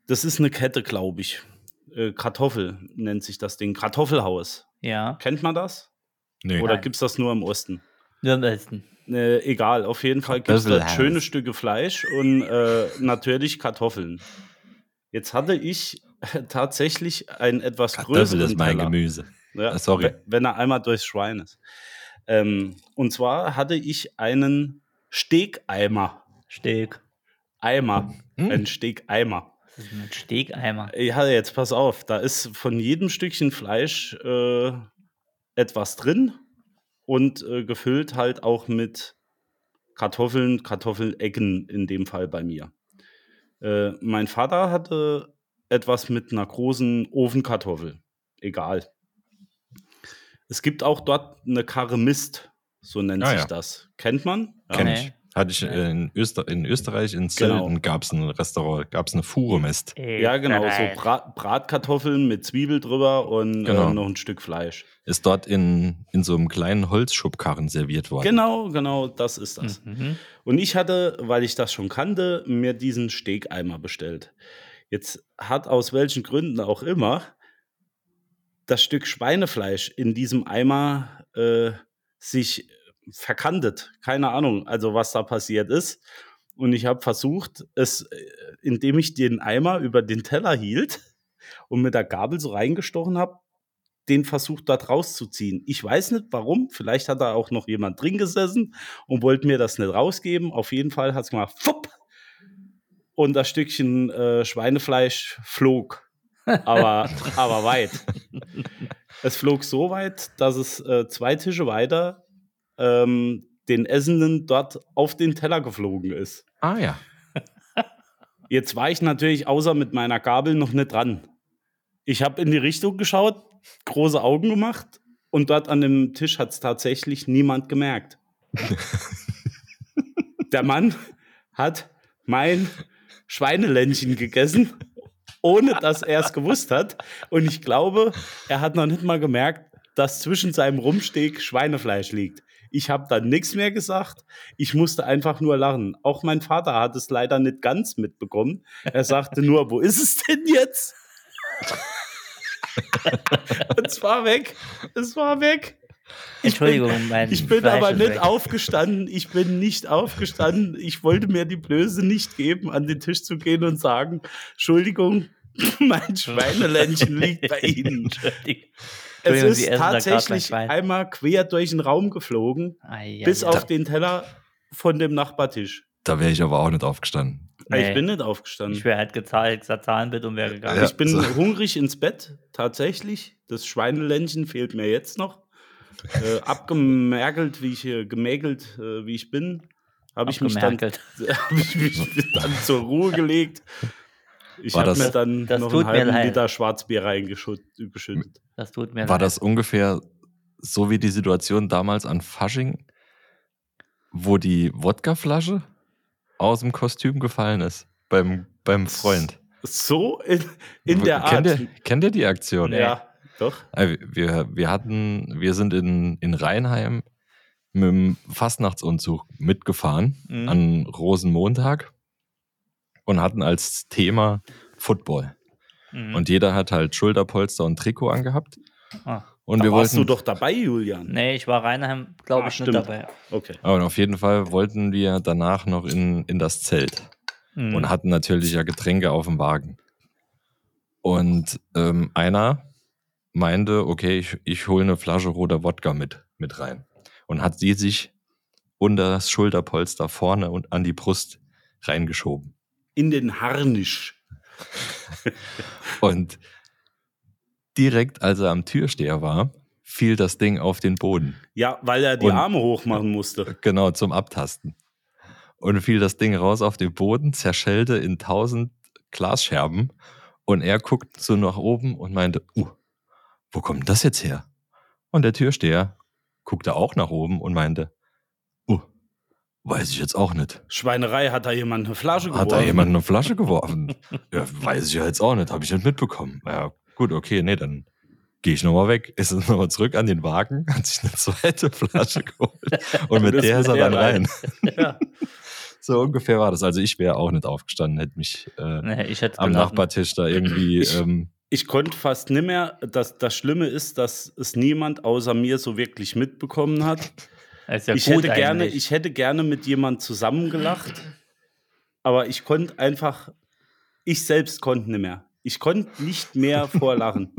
[SPEAKER 6] das ist eine Kette, glaube ich. Äh, Kartoffel nennt sich das Ding. Kartoffelhaus.
[SPEAKER 4] Ja,
[SPEAKER 6] Kennt man das?
[SPEAKER 5] Nee.
[SPEAKER 6] Oder
[SPEAKER 4] Nein.
[SPEAKER 6] gibt es das nur im Osten?
[SPEAKER 4] nur am besten.
[SPEAKER 6] Äh, egal, auf jeden Fall gibt es da
[SPEAKER 5] Kartoffelhaus.
[SPEAKER 6] schöne Stücke Fleisch und äh, natürlich Kartoffeln. Jetzt hatte ich äh, tatsächlich einen etwas
[SPEAKER 5] Kartoffel
[SPEAKER 6] größeren
[SPEAKER 5] ist mein
[SPEAKER 6] Teller.
[SPEAKER 5] Gemüse.
[SPEAKER 6] Ja,
[SPEAKER 5] Ah, sorry.
[SPEAKER 6] we- Wenn er einmal durchs Schwein ist. Ähm, und zwar hatte ich einen Stegeimer.
[SPEAKER 4] Steg.
[SPEAKER 6] Eimer.
[SPEAKER 5] Hm.
[SPEAKER 6] Einen Stegeimer.
[SPEAKER 4] Das ist ein Stegeimer.
[SPEAKER 6] Ja, jetzt pass auf. Da ist von jedem Stückchen Fleisch äh, etwas drin und äh, gefüllt halt auch mit Kartoffeln, Kartoffelecken in dem Fall bei mir. Äh, mein Vater hatte etwas mit einer großen Ofenkartoffel. Egal. Es gibt auch dort eine Karre Mist, so nennt
[SPEAKER 5] Ah,
[SPEAKER 6] sich
[SPEAKER 5] ja.
[SPEAKER 6] das. Kennt man?
[SPEAKER 5] Kenn
[SPEAKER 4] Nee.
[SPEAKER 5] ich. Hatte ich äh, in, Öster in Österreich, in Sölden,
[SPEAKER 6] Genau.
[SPEAKER 5] gab es ein Restaurant, gab es eine Fuhremist.
[SPEAKER 6] Ja, genau. So
[SPEAKER 4] Österreich.
[SPEAKER 6] Bra Bratkartoffeln mit Zwiebel drüber und
[SPEAKER 5] Genau.
[SPEAKER 6] äh, noch ein Stück Fleisch.
[SPEAKER 5] Ist dort in, in so einem kleinen Holzschubkarren serviert worden.
[SPEAKER 6] Genau, genau, das ist das.
[SPEAKER 4] Mhm.
[SPEAKER 6] Und ich hatte, weil ich das schon kannte, mir diesen Stegeimer bestellt. Jetzt hat aus welchen Gründen auch immer das Stück Schweinefleisch in diesem Eimer äh, sich verkantet. Keine Ahnung, also was da passiert ist. Und ich habe versucht, es, äh, indem ich den Eimer über den Teller hielt und mit der Gabel so reingestochen habe, den versucht da rauszuziehen. Ich weiß nicht warum, vielleicht hat da auch noch jemand drin gesessen und wollte mir das nicht rausgeben. Auf jeden Fall hat es gemacht, fupp, und das Stückchen äh, Schweinefleisch flog. Aber, aber weit. Es flog so weit, dass es äh, zwei Tische weiter ähm, den Essenden dort auf den Teller geflogen ist.
[SPEAKER 5] Ah ja.
[SPEAKER 6] Jetzt war ich natürlich außer mit meiner Gabel noch nicht dran. Ich habe in die Richtung geschaut, große Augen gemacht und dort an dem Tisch hat es tatsächlich niemand gemerkt. Der Mann hat mein Schweineländchen gegessen, ohne dass er es gewusst hat. Und ich glaube, er hat noch nicht mal gemerkt, dass zwischen seinem Rumsteg Schweinefleisch liegt. Ich habe dann nichts mehr gesagt. Ich musste einfach nur lachen. Auch mein Vater hat es leider nicht ganz mitbekommen. Er sagte nur, wo ist es denn jetzt? Und es war weg. Es war weg.
[SPEAKER 4] Entschuldigung, mein
[SPEAKER 6] Ich bin
[SPEAKER 4] Fleisch
[SPEAKER 6] aber
[SPEAKER 4] ist
[SPEAKER 6] nicht
[SPEAKER 4] weg. [laughs]
[SPEAKER 6] aufgestanden. Ich bin nicht aufgestanden. Ich wollte mir die Blöße nicht geben, an den Tisch zu gehen und sagen, Entschuldigung, [laughs]
[SPEAKER 4] [laughs]
[SPEAKER 6] mein Schweineländchen liegt bei Ihnen.
[SPEAKER 4] Entschuldigung.
[SPEAKER 6] Es
[SPEAKER 4] Entschuldigung, Sie
[SPEAKER 6] ist
[SPEAKER 4] essen da grad mein
[SPEAKER 6] tatsächlich
[SPEAKER 4] Schwein.
[SPEAKER 6] einmal quer durch den Raum geflogen,
[SPEAKER 4] Ei, ei,
[SPEAKER 6] bis
[SPEAKER 4] ei.
[SPEAKER 6] auf den Teller von dem Nachbartisch.
[SPEAKER 5] Da wäre ich aber auch nicht aufgestanden.
[SPEAKER 4] Nee.
[SPEAKER 6] Ich bin nicht aufgestanden. Also
[SPEAKER 4] Ich wäre halt gezahlt, gesagt, Zahnbit und wäre gegangen.
[SPEAKER 5] Ja,
[SPEAKER 6] ich bin
[SPEAKER 5] so.
[SPEAKER 6] [laughs] hungrig ins Bett, tatsächlich. Das Schweineländchen fehlt mir jetzt noch.
[SPEAKER 5] [laughs]
[SPEAKER 6] Äh, abgemergelt, wie ich äh, gemägelt, äh, wie ich bin, habe ich mich dann
[SPEAKER 4] Abgemerkelt.
[SPEAKER 6] [laughs] habe ich mich
[SPEAKER 5] [laughs]
[SPEAKER 6] dann zur Ruhe gelegt. Ich
[SPEAKER 5] War
[SPEAKER 6] habe
[SPEAKER 5] das-
[SPEAKER 6] mir dann
[SPEAKER 4] das
[SPEAKER 6] noch
[SPEAKER 4] tut
[SPEAKER 6] einen
[SPEAKER 4] mir
[SPEAKER 6] halben
[SPEAKER 4] leid.
[SPEAKER 6] Liter Schwarzbier reingeschüttet.
[SPEAKER 4] Das tut mir
[SPEAKER 5] War
[SPEAKER 4] leid.
[SPEAKER 5] das ungefähr so wie die Situation damals an Fasching, wo die Wodkaflasche aus dem Kostüm gefallen ist beim, beim Freund?
[SPEAKER 6] So in, in der
[SPEAKER 5] kennt
[SPEAKER 6] Art.
[SPEAKER 5] Ihr, kennt ihr die Aktion?
[SPEAKER 4] Nee.
[SPEAKER 6] Ja, doch.
[SPEAKER 5] Äh, Wir, wir hatten, wir sind in, in Rheinheim mit dem Fastnachtsumzug mitgefahren
[SPEAKER 4] Mhm.
[SPEAKER 5] an Rosenmontag und hatten als Thema Football.
[SPEAKER 4] Mhm.
[SPEAKER 5] Und jeder hat halt Schulterpolster und Trikot angehabt.
[SPEAKER 4] Ah.
[SPEAKER 5] Und
[SPEAKER 6] da
[SPEAKER 5] wir
[SPEAKER 6] warst
[SPEAKER 5] wollten,
[SPEAKER 6] du doch dabei, Julian.
[SPEAKER 4] nee, ich war Reinheim, glaube
[SPEAKER 6] Ah,
[SPEAKER 4] ich,
[SPEAKER 6] stimmt.
[SPEAKER 4] nicht dabei.
[SPEAKER 6] Okay.
[SPEAKER 5] aber auf jeden Fall wollten wir danach noch in, in das Zelt.
[SPEAKER 4] Mhm.
[SPEAKER 5] und hatten natürlich ja Getränke auf dem Wagen. Und ähm, einer meinte, okay, ich, ich hole eine Flasche roter Wodka mit, mit rein. Und hat die sich unter das Schulterpolster vorne und an die Brust reingeschoben.
[SPEAKER 6] In den Harnisch.
[SPEAKER 5] Und direkt, als er am Türsteher war, fiel das Ding auf den Boden.
[SPEAKER 6] Ja, weil er die
[SPEAKER 5] Und-
[SPEAKER 6] Arme hochmachen musste.
[SPEAKER 5] Genau, zum Abtasten. Und fiel das Ding raus auf den Boden, zerschellte in tausend Glasscherben. Und er guckte so nach oben und meinte, uh, wo kommt denn das jetzt her? Und der Türsteher guckte auch nach oben und meinte, uh, weiß ich jetzt auch nicht.
[SPEAKER 6] Schweinerei hat da jemand eine Flasche
[SPEAKER 5] Hat
[SPEAKER 6] geworfen.
[SPEAKER 5] da jemand eine Flasche geworfen? ja, weiß ich ja jetzt auch nicht, habe ich nicht mitbekommen. Ja, gut, okay, nee, dann gehe ich nochmal weg. Ist es nochmal zurück an den Wagen, [laughs] hat sich eine zweite Flasche geholt. Und mit
[SPEAKER 6] ist
[SPEAKER 5] der
[SPEAKER 6] mit
[SPEAKER 5] ist er
[SPEAKER 6] der
[SPEAKER 5] dann
[SPEAKER 6] rein.
[SPEAKER 5] rein.
[SPEAKER 6] Ja.
[SPEAKER 5] [laughs] So ungefähr war das. Also ich wäre auch nicht aufgestanden, hätte mich äh,
[SPEAKER 4] nee, ich hätte
[SPEAKER 5] am
[SPEAKER 4] geladen.
[SPEAKER 5] Nachbartisch da irgendwie.
[SPEAKER 6] Ich-
[SPEAKER 5] ähm,
[SPEAKER 6] Ich konnte fast nimmer. Das, das Schlimme ist, dass es niemand außer mir so wirklich mitbekommen hat.
[SPEAKER 4] Ist ja
[SPEAKER 6] ich,
[SPEAKER 4] gut
[SPEAKER 6] hätte gerne,
[SPEAKER 4] eigentlich.
[SPEAKER 6] ich hätte gerne mit jemand zusammengelacht, aber ich konnte einfach, ich selbst konnte nicht mehr. Ich konnte nicht mehr vorlachen.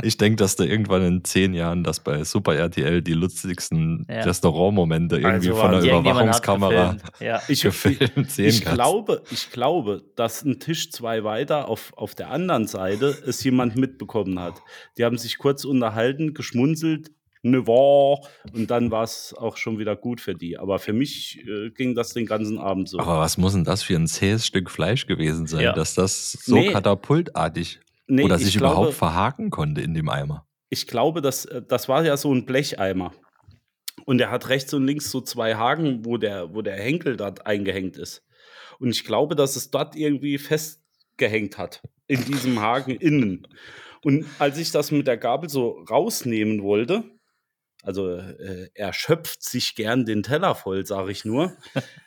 [SPEAKER 5] ich denke, dass da irgendwann in zehn Jahren, dass bei Super RTL die lustigsten
[SPEAKER 4] Ja. Also
[SPEAKER 5] Restaurantmomente irgendwie von der
[SPEAKER 4] Irgendjemand hat
[SPEAKER 5] Überwachungskamera
[SPEAKER 4] gefilmt. Ja.
[SPEAKER 5] [laughs]
[SPEAKER 6] Ich,
[SPEAKER 5] gefilmt sehen
[SPEAKER 6] ich
[SPEAKER 5] kannst.
[SPEAKER 6] glaube, ich glaube, dass ein Tisch zwei weiter auf, auf der anderen Seite es jemand mitbekommen hat. Die haben sich kurz unterhalten, geschmunzelt, ne war, und dann war es auch schon wieder gut für die. Aber für mich äh, ging das den ganzen Abend so.
[SPEAKER 5] Aber was muss denn das für ein zähes Stück Fleisch gewesen sein,
[SPEAKER 4] Ja.
[SPEAKER 5] dass das so
[SPEAKER 6] Nee.
[SPEAKER 5] katapultartig
[SPEAKER 6] Nee,
[SPEAKER 5] oder
[SPEAKER 6] ich
[SPEAKER 5] sich
[SPEAKER 6] glaube-
[SPEAKER 5] überhaupt verhaken konnte in dem Eimer?
[SPEAKER 6] ich glaube, das, äh, das war ja so ein Blecheimer. Und er hat rechts und links so zwei Haken, wo der, wo der Henkel dort eingehängt ist. Und ich glaube, dass es dort irgendwie festgehängt hat, in diesem Haken innen. Und als ich das mit der Gabel so rausnehmen wollte, also äh, er schöpft sich gern den Teller voll, sage ich nur,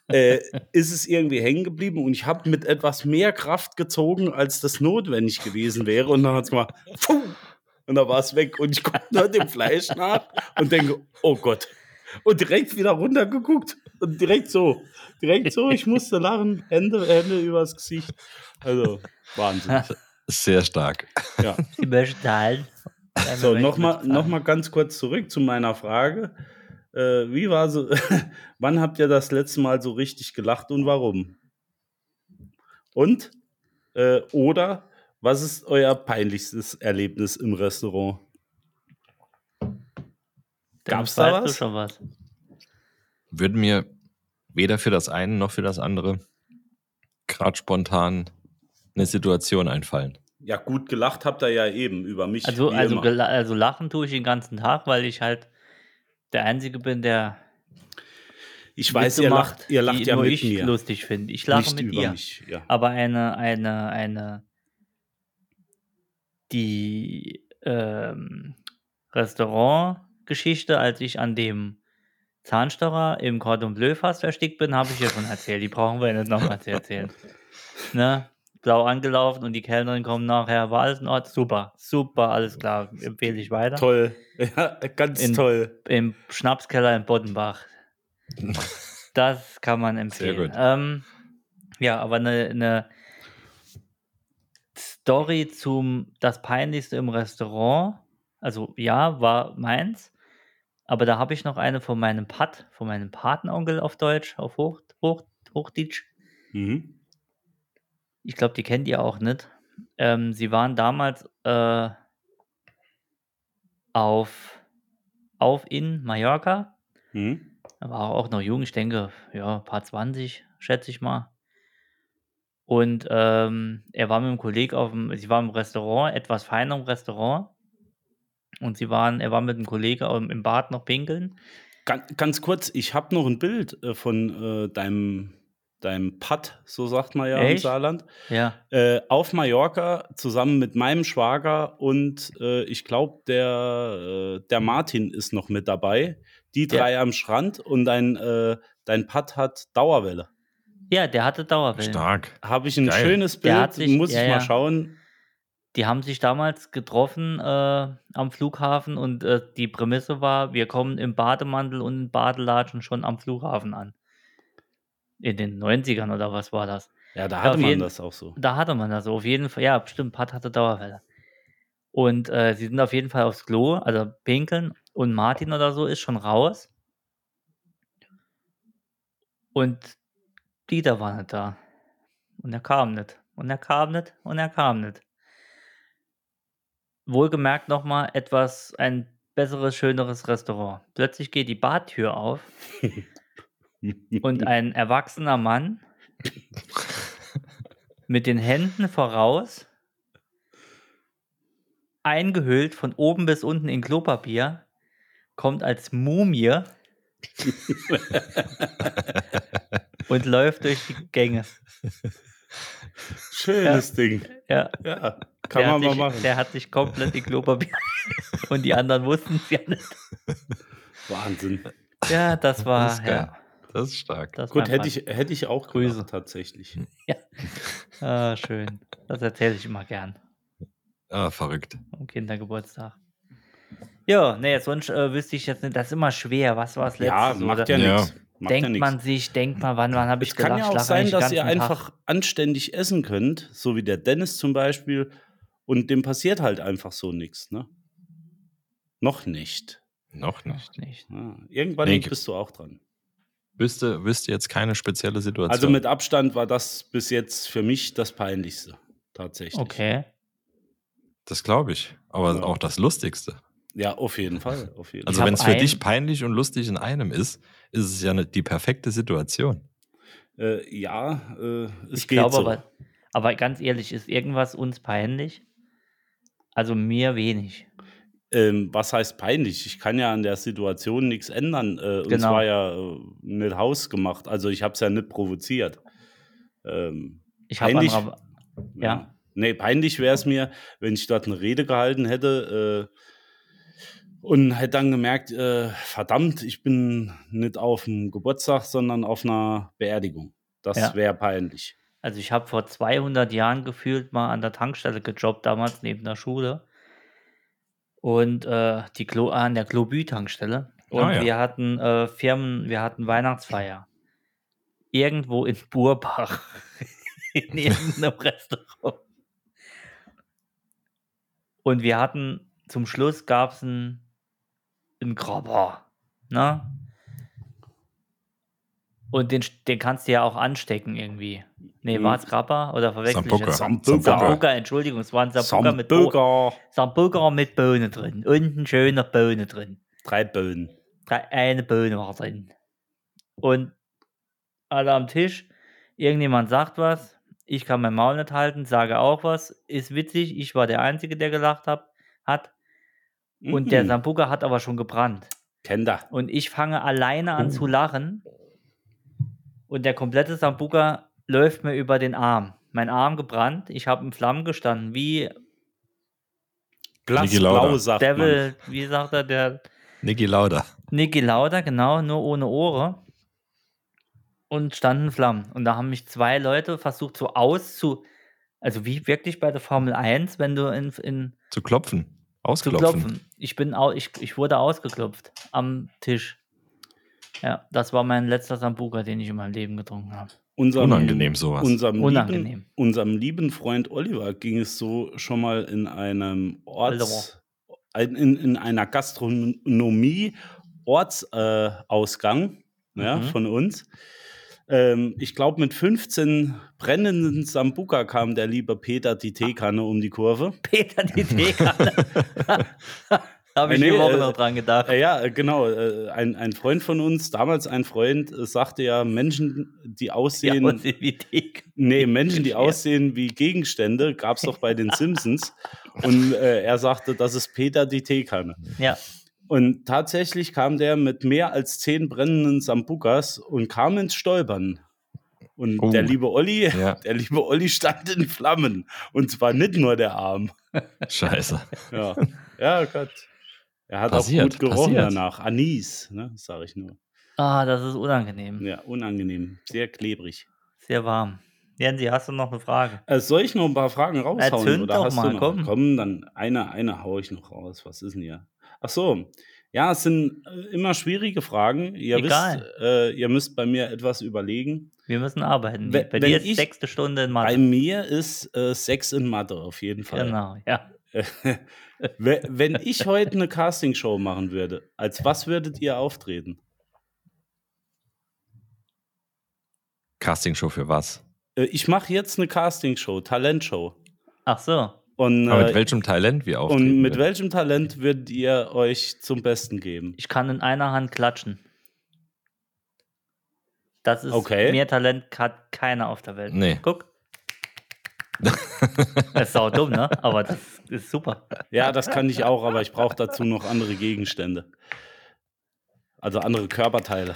[SPEAKER 6] äh, ist es irgendwie hängen geblieben und ich habe mit etwas mehr Kraft gezogen, als das notwendig gewesen wäre. Und dann hat es mal, puh, und da war es weg und ich gucke nur dem Fleisch nach und denke, oh Gott. Und direkt wieder runtergeguckt und direkt so, direkt so, ich musste lachen, Hände, Hände übers Gesicht. Also, Wahnsinn.
[SPEAKER 5] Sehr stark.
[SPEAKER 6] Ja.
[SPEAKER 4] Die möchten halt. Einmal
[SPEAKER 6] So,
[SPEAKER 4] weg
[SPEAKER 6] nochmal
[SPEAKER 4] mitfahren.
[SPEAKER 6] noch mal ganz kurz zurück zu meiner Frage. Äh, wie war so, [laughs] wann habt ihr das letzte Mal so richtig gelacht und warum? Und? Äh, oder was ist euer peinlichstes Erlebnis im Restaurant?
[SPEAKER 4] Dann
[SPEAKER 6] gab's da
[SPEAKER 4] weißt du
[SPEAKER 6] was?
[SPEAKER 4] schon was?
[SPEAKER 5] würde mir weder für das eine noch für das andere gerade spontan eine Situation einfallen.
[SPEAKER 6] Ja, gut gelacht habt ihr ja eben über mich.
[SPEAKER 4] Also,
[SPEAKER 6] wie
[SPEAKER 4] also,
[SPEAKER 6] immer.
[SPEAKER 4] gela- also lachen tue ich den ganzen Tag, weil ich halt der Einzige bin, der
[SPEAKER 6] ich weiß,
[SPEAKER 4] Witze
[SPEAKER 6] ihr lacht, ihr lacht
[SPEAKER 4] die
[SPEAKER 6] ja
[SPEAKER 4] nur
[SPEAKER 6] mit
[SPEAKER 4] ich
[SPEAKER 6] mir.
[SPEAKER 4] lustig finde. Ich lache
[SPEAKER 6] nicht
[SPEAKER 4] mit
[SPEAKER 6] über
[SPEAKER 4] ihr.
[SPEAKER 6] mich. Ja.
[SPEAKER 4] Aber eine, eine, eine, die ähm, Restaurantgeschichte, als ich an dem Zahnstocher im Cordon Bleu fast erstickt bin, habe ich ja schon erzählt. Die brauchen wir nicht nochmal zu
[SPEAKER 6] [laughs]
[SPEAKER 4] erzählen. ne? Blau angelaufen und die Kellnerin kommen nachher. War alles in Ordnung? Super, super, alles klar. Empfehle ich weiter.
[SPEAKER 6] Toll. [laughs] Ja, ganz
[SPEAKER 4] In-
[SPEAKER 6] toll.
[SPEAKER 4] Im Schnapskeller in Boddenbach. Das kann man empfehlen.
[SPEAKER 5] gut.
[SPEAKER 4] Ähm, ja, aber eine, eine Story zum das Peinlichste im Restaurant. Also ja, war meins. Aber da habe ich noch eine von meinem Pat, von meinem Patenonkel auf Deutsch, auf Hoch, Hoch, Hochdeutsch.
[SPEAKER 6] Mhm.
[SPEAKER 4] Ich glaube, die kennt ihr auch nicht. Ähm, sie waren damals äh, auf, auf in Mallorca
[SPEAKER 6] Mhm.
[SPEAKER 4] er war auch noch jung, ich denke, ja, paar 20, schätze ich mal. Und ähm, er war mit einem Kollegen auf dem, sie war im Restaurant, etwas feinerem Restaurant. Und sie waren, er war mit einem Kollegen im, im Bad noch pinkeln.
[SPEAKER 6] Ganz, ganz kurz, ich habe noch ein Bild äh, von äh, deinem, deinem Putt, so sagt man ja im
[SPEAKER 4] Echt?
[SPEAKER 6] Saarland,
[SPEAKER 4] Ja,
[SPEAKER 6] äh, auf Mallorca zusammen mit meinem Schwager und äh, ich glaube, der, äh, der Martin ist noch mit dabei. Die
[SPEAKER 4] Ja.
[SPEAKER 6] drei am Strand und dein, äh, dein Putt hat Dauerwelle.
[SPEAKER 4] ja, der hatte Dauerwellen.
[SPEAKER 5] Stark.
[SPEAKER 6] Habe ich ein
[SPEAKER 5] Geil.
[SPEAKER 6] schönes
[SPEAKER 4] Der
[SPEAKER 6] Bild,
[SPEAKER 4] hat sich-
[SPEAKER 6] muss
[SPEAKER 4] ja,
[SPEAKER 6] ich
[SPEAKER 4] ja.
[SPEAKER 6] mal schauen.
[SPEAKER 4] Die haben sich damals getroffen äh, am Flughafen und äh, die Prämisse war, wir kommen im Bademantel und in Badelatschen schon am Flughafen an. In den 90ern oder was war das?
[SPEAKER 6] Ja, da
[SPEAKER 4] Ja,
[SPEAKER 6] hatte
[SPEAKER 4] auf
[SPEAKER 6] man
[SPEAKER 4] jeden-
[SPEAKER 6] das auch so.
[SPEAKER 4] Da hatte man das auf jeden Fall. Ja, bestimmt, Pat hatte Dauerwelle. Und äh, sie sind auf jeden Fall aufs Klo, also pinkeln. Und Martin oder so ist schon raus. Und Dieter war nicht da. Und er kam nicht. Und er kam nicht. Und er kam nicht. Wohlgemerkt nochmal etwas, ein besseres, schöneres Restaurant. Plötzlich geht die Badtür auf [laughs] und ein erwachsener Mann mit den Händen voraus, eingehüllt von oben bis unten in Klopapier, kommt als
[SPEAKER 6] [laughs]
[SPEAKER 4] Mumie und läuft durch die Gänge.
[SPEAKER 6] [laughs] Schönes Ding.
[SPEAKER 4] Ja,
[SPEAKER 6] Ja, kann
[SPEAKER 4] der äh, hat
[SPEAKER 6] man mal
[SPEAKER 4] sich,
[SPEAKER 6] machen.
[SPEAKER 4] Der hat sich komplett in
[SPEAKER 6] [laughs]
[SPEAKER 4] Klopapier und die anderen wussten es ja nicht.
[SPEAKER 6] Wahnsinn.
[SPEAKER 4] Ja, das war.
[SPEAKER 5] Das ist geil.
[SPEAKER 4] ja,
[SPEAKER 5] Das ist stark.
[SPEAKER 4] das war
[SPEAKER 6] Gut, hätte
[SPEAKER 4] Fun.
[SPEAKER 6] ich, hätte ich auch
[SPEAKER 4] Grüße.
[SPEAKER 6] gemacht, tatsächlich.
[SPEAKER 4] Ah, schön. Das erzähle ich immer gern.
[SPEAKER 5] Ah, verrückt.
[SPEAKER 4] am Kindergeburtstag. Ja, nee, sonst äh, wüsste ich jetzt nicht, das ist immer schwer. Was war das letzte?
[SPEAKER 6] Ja, macht ja
[SPEAKER 5] Ja.
[SPEAKER 6] nichts. Macht ja
[SPEAKER 4] denkt
[SPEAKER 6] nichts.
[SPEAKER 4] man sich, denkt man, wann, wann habe ich
[SPEAKER 6] Es kann
[SPEAKER 4] gelacht?
[SPEAKER 6] ja auch
[SPEAKER 4] Schlafe
[SPEAKER 6] sein,
[SPEAKER 4] ich den
[SPEAKER 6] dass ihr
[SPEAKER 4] ganzen Tag.
[SPEAKER 6] einfach anständig essen könnt, so wie der Dennis zum Beispiel, und dem passiert halt einfach so nichts. Ne? Noch nicht.
[SPEAKER 5] Noch nicht.
[SPEAKER 4] Noch nicht.
[SPEAKER 6] Ja, irgendwann
[SPEAKER 5] Nee,
[SPEAKER 6] bist du auch dran.
[SPEAKER 5] Wüsste, wüsste jetzt keine spezielle Situation.
[SPEAKER 6] Also mit Abstand war das bis jetzt für mich das Peinlichste. Tatsächlich.
[SPEAKER 4] Okay.
[SPEAKER 5] das glaube ich. Aber
[SPEAKER 6] Ja.
[SPEAKER 5] auch das Lustigste.
[SPEAKER 6] Ja, auf jeden Fall. Auf jeden
[SPEAKER 5] Also
[SPEAKER 6] Fall.
[SPEAKER 4] hab
[SPEAKER 5] wenn es für
[SPEAKER 4] ein-
[SPEAKER 5] dich peinlich und lustig in einem ist, ist es ja ne, die perfekte Situation.
[SPEAKER 6] Äh, ja, äh, es
[SPEAKER 4] Ich
[SPEAKER 6] geht
[SPEAKER 4] glaube
[SPEAKER 6] so.
[SPEAKER 4] aber, aber ganz ehrlich, ist irgendwas uns peinlich? Also mir wenig.
[SPEAKER 6] Ähm, was heißt peinlich? Ich kann ja an der Situation nichts ändern. Äh, Und es
[SPEAKER 4] Genau.
[SPEAKER 6] war ja äh, nicht hausgemacht. Also ich habe es ja nicht provoziert. Ähm,
[SPEAKER 4] Ich habe
[SPEAKER 6] Peinlich?
[SPEAKER 4] ja. Ja.
[SPEAKER 6] Nee, peinlich wäre es mir, wenn ich dort eine Rede gehalten hätte äh, und hätte dann gemerkt, äh, verdammt, ich bin nicht auf einem Geburtstag, sondern auf einer Beerdigung. Das
[SPEAKER 4] Ja.
[SPEAKER 6] wäre peinlich.
[SPEAKER 4] Also ich habe vor 200 Jahren gefühlt mal an der Tankstelle gejobbt, damals neben der Schule. Und äh, die Klo an der Globü-Tankstelle. Und
[SPEAKER 5] Ah, ja.
[SPEAKER 4] wir hatten äh, Firmen, wir hatten Weihnachtsfeier. Irgendwo in Burbach. [laughs] in
[SPEAKER 5] [laughs]
[SPEAKER 4] irgendeinem Restaurant. Und wir hatten, zum Schluss gab es einen, einen Grabber. Ne? Und den, den kannst du ja auch anstecken irgendwie. Nee,
[SPEAKER 6] Mhm.
[SPEAKER 4] war es Grappa oder verwechsel ich
[SPEAKER 5] Sambuca.
[SPEAKER 4] jetzt?
[SPEAKER 6] Sambuca.
[SPEAKER 4] Sambuca, Entschuldigung, es war ein Sambuca mit, Bo
[SPEAKER 6] Sambuca.
[SPEAKER 4] Sambuca mit Bohne drin. Und ein schöner Bohne drin.
[SPEAKER 6] Drei Böen.
[SPEAKER 4] Drei, eine Bohne war drin. Und alle am Tisch, irgendjemand sagt was, ich kann mein Maul nicht halten, sage auch was, ist witzig, ich war der Einzige, der gelacht hab, hat. Und der
[SPEAKER 6] Mhm.
[SPEAKER 4] Sambuca hat aber schon gebrannt.
[SPEAKER 6] Kennt er.
[SPEAKER 4] Und ich fange alleine an zu lachen. Und der komplette Sambuka läuft mir über den Arm. Mein Arm gebrannt, ich habe in Flammen gestanden, wie
[SPEAKER 5] Niki Lauda.
[SPEAKER 6] Blassblau sagt man.
[SPEAKER 4] Devil, wie sagt er, der
[SPEAKER 5] Niki Lauda.
[SPEAKER 4] Niki Lauda, genau, nur ohne Ohren. Und standen in Flammen. Und da haben mich zwei Leute versucht, so auszu. Also wie wirklich bei der Formel 1, wenn du in, in
[SPEAKER 5] Zu klopfen.
[SPEAKER 4] zu
[SPEAKER 5] Ausklopfen.
[SPEAKER 4] klopfen. Ich bin au, ich, ich wurde ausgeklopft am Tisch. Ja, das war mein letzter Sambuka, den ich in meinem Leben getrunken habe.
[SPEAKER 6] Unserem,
[SPEAKER 5] Unangenehm sowas.
[SPEAKER 6] Unserem
[SPEAKER 4] Unangenehm.
[SPEAKER 6] Lieben, unserem lieben Freund Oliver ging es so schon mal in einem Orts, ein, in, in einer Gastronomie Ortsausgang äh, Ausgang, ja,
[SPEAKER 4] Mhm.
[SPEAKER 6] von uns. Ähm, ich glaube, mit 15 brennenden Sambuka kam der liebe Peter die Teekanne um die Kurve.
[SPEAKER 4] Peter die
[SPEAKER 6] [laughs]
[SPEAKER 4] Teekanne. Habe ich
[SPEAKER 6] Nee,
[SPEAKER 4] die Woche
[SPEAKER 6] äh,
[SPEAKER 4] noch dran gedacht.
[SPEAKER 6] Äh, ja, äh, genau. Äh, ein, ein Freund von uns, damals ein Freund, äh, sagte ja, Menschen, die
[SPEAKER 4] ja,
[SPEAKER 6] aussehen
[SPEAKER 4] und die Teekanne.
[SPEAKER 6] Nee, Menschen, die
[SPEAKER 4] Ja.
[SPEAKER 6] aussehen wie Gegenstände, gab es doch bei den Simpsons. Und äh, er sagte, das ist Peter die Teekanne.
[SPEAKER 4] Ja,
[SPEAKER 6] Und tatsächlich kam der mit mehr als zehn brennenden Sambukas und kam ins Stolpern. Und
[SPEAKER 5] Oh.
[SPEAKER 6] der liebe Olli, [laughs]
[SPEAKER 5] Ja.
[SPEAKER 6] der liebe Olli stand in Flammen. Und zwar nicht nur der Arm.
[SPEAKER 5] Scheiße.
[SPEAKER 6] Ja, ja Gott. Er hat
[SPEAKER 5] Passiert,
[SPEAKER 6] auch gut gerochen
[SPEAKER 5] passiert.
[SPEAKER 6] danach. Anis, ne, sage ich nur.
[SPEAKER 4] ah, das ist unangenehm.
[SPEAKER 6] Ja, unangenehm. Sehr klebrig.
[SPEAKER 4] Sehr warm. Jensi, hast du noch eine Frage?
[SPEAKER 6] Äh, soll ich noch ein paar Fragen raushauen?
[SPEAKER 4] zünd
[SPEAKER 6] oder
[SPEAKER 4] doch
[SPEAKER 6] hast
[SPEAKER 4] mal,
[SPEAKER 6] du noch?
[SPEAKER 4] komm.
[SPEAKER 6] dann eine, eine haue ich noch raus. Was ist denn hier? Ach so. Ja, es sind äh, immer schwierige Fragen. Ihr
[SPEAKER 4] Egal.
[SPEAKER 6] wisst, äh, ihr müsst bei mir etwas überlegen.
[SPEAKER 4] Wir müssen arbeiten.
[SPEAKER 6] Wenn-
[SPEAKER 4] Bei
[SPEAKER 6] wenn
[SPEAKER 4] dir ist
[SPEAKER 6] ich-
[SPEAKER 4] sechste Stunde in
[SPEAKER 6] Bei
[SPEAKER 4] Mathe.
[SPEAKER 6] mir ist äh, Sex in Mathe auf jeden Fall.
[SPEAKER 4] Genau, ja.
[SPEAKER 6] [laughs] We- Wenn ich heute eine Castingshow machen würde, als was würdet ihr auftreten?
[SPEAKER 5] Castingshow für was?
[SPEAKER 6] Äh, Ich mache jetzt eine Castingshow, Talentshow.
[SPEAKER 4] Ach so.
[SPEAKER 6] Und,
[SPEAKER 5] Aber mit
[SPEAKER 6] äh,
[SPEAKER 5] welchem Talent wir auftreten?
[SPEAKER 6] und mit
[SPEAKER 5] würden?
[SPEAKER 6] welchem Talent würdet ihr euch zum Besten geben?
[SPEAKER 4] Ich kann in einer Hand klatschen. Das ist
[SPEAKER 6] Okay.
[SPEAKER 4] mehr Talent hat keiner auf der Welt.
[SPEAKER 5] Nee.
[SPEAKER 4] Guck.
[SPEAKER 6] [laughs]
[SPEAKER 4] das ist sau dumm, ne? Aber das ist super.
[SPEAKER 6] Ja, das kann ich auch, aber ich brauche dazu noch andere Gegenstände. Also andere Körperteile.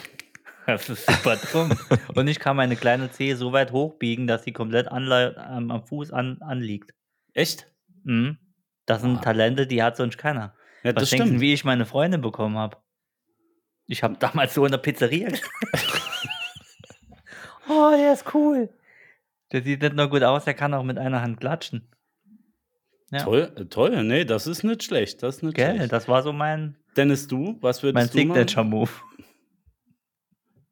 [SPEAKER 4] Das ist
[SPEAKER 6] [laughs]
[SPEAKER 4] super dumm. Und ich kann meine kleine Zehe so weit hochbiegen, dass sie komplett anlei- am, am Fuß an, anliegt.
[SPEAKER 6] Echt?
[SPEAKER 4] Mhm. Das sind
[SPEAKER 6] Ah.
[SPEAKER 4] Talente, die hat sonst keiner.
[SPEAKER 6] Ja,
[SPEAKER 4] Was
[SPEAKER 6] das
[SPEAKER 4] denkst du,
[SPEAKER 6] stimmt.
[SPEAKER 4] wie ich meine Freundin bekommen habe? Ich habe damals so in der Pizzeria.
[SPEAKER 6] [laughs]
[SPEAKER 4] gesessen. oh, der ist cool. Der sieht nicht nur gut aus, der kann auch mit einer Hand klatschen. ja.
[SPEAKER 6] Toll, äh, toll, nee, das ist nicht schlecht. Das ist nicht
[SPEAKER 4] Gell,
[SPEAKER 6] schlecht.
[SPEAKER 4] das war so mein,
[SPEAKER 6] Dennis, du, was
[SPEAKER 4] mein
[SPEAKER 6] würdest du machen?
[SPEAKER 4] Signature-Move.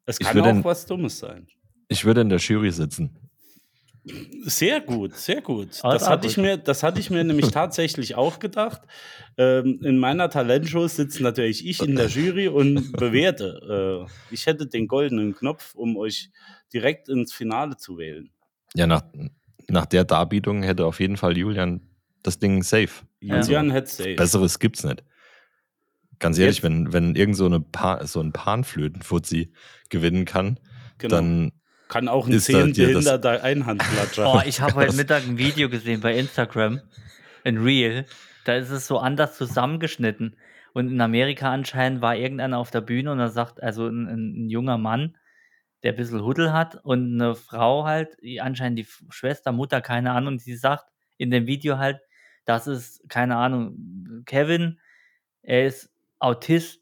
[SPEAKER 6] Es
[SPEAKER 5] Ich
[SPEAKER 6] kann
[SPEAKER 5] würde-
[SPEAKER 6] auch was Dummes sein.
[SPEAKER 5] Ich würde in der Jury sitzen.
[SPEAKER 6] Sehr gut, sehr gut.
[SPEAKER 4] Ah,
[SPEAKER 6] Das
[SPEAKER 4] ah,
[SPEAKER 6] hatte, ich
[SPEAKER 4] gut.
[SPEAKER 6] mir, das hatte ich mir nämlich tatsächlich auch gedacht. Ähm, in meiner Talentshow sitzt natürlich ich in der Jury und bewerte. Äh, ich hätte den goldenen Knopf, um euch direkt ins Finale zu wählen.
[SPEAKER 5] Ja, nach, nach der Darbietung hätte auf jeden Fall Julian das Ding safe.
[SPEAKER 4] Ja.
[SPEAKER 6] Julian hätte safe.
[SPEAKER 5] Besseres gibt's nicht. Ganz ehrlich,
[SPEAKER 6] Jetzt-
[SPEAKER 5] wenn, wenn irgend so, eine pa so ein Panflötenfuzzi gewinnen kann,
[SPEAKER 6] Genau.
[SPEAKER 5] dann
[SPEAKER 6] Kann auch ein
[SPEAKER 5] ist da dir das-
[SPEAKER 6] zehnbehinderter Einhandklatscher.
[SPEAKER 4] [laughs] Oh, ich habe heute Mittag ein Video gesehen bei Instagram, ein Reel. Da ist es so anders zusammengeschnitten. Und in Amerika anscheinend war irgendeiner auf der Bühne und da sagt, also ein, ein, ein junger Mann, der ein bisschen Huddel hat und eine Frau halt, die anscheinend die Schwester, Mutter, keine Ahnung, und sie sagt in dem Video halt, das ist, keine Ahnung, Kevin, er ist Autist,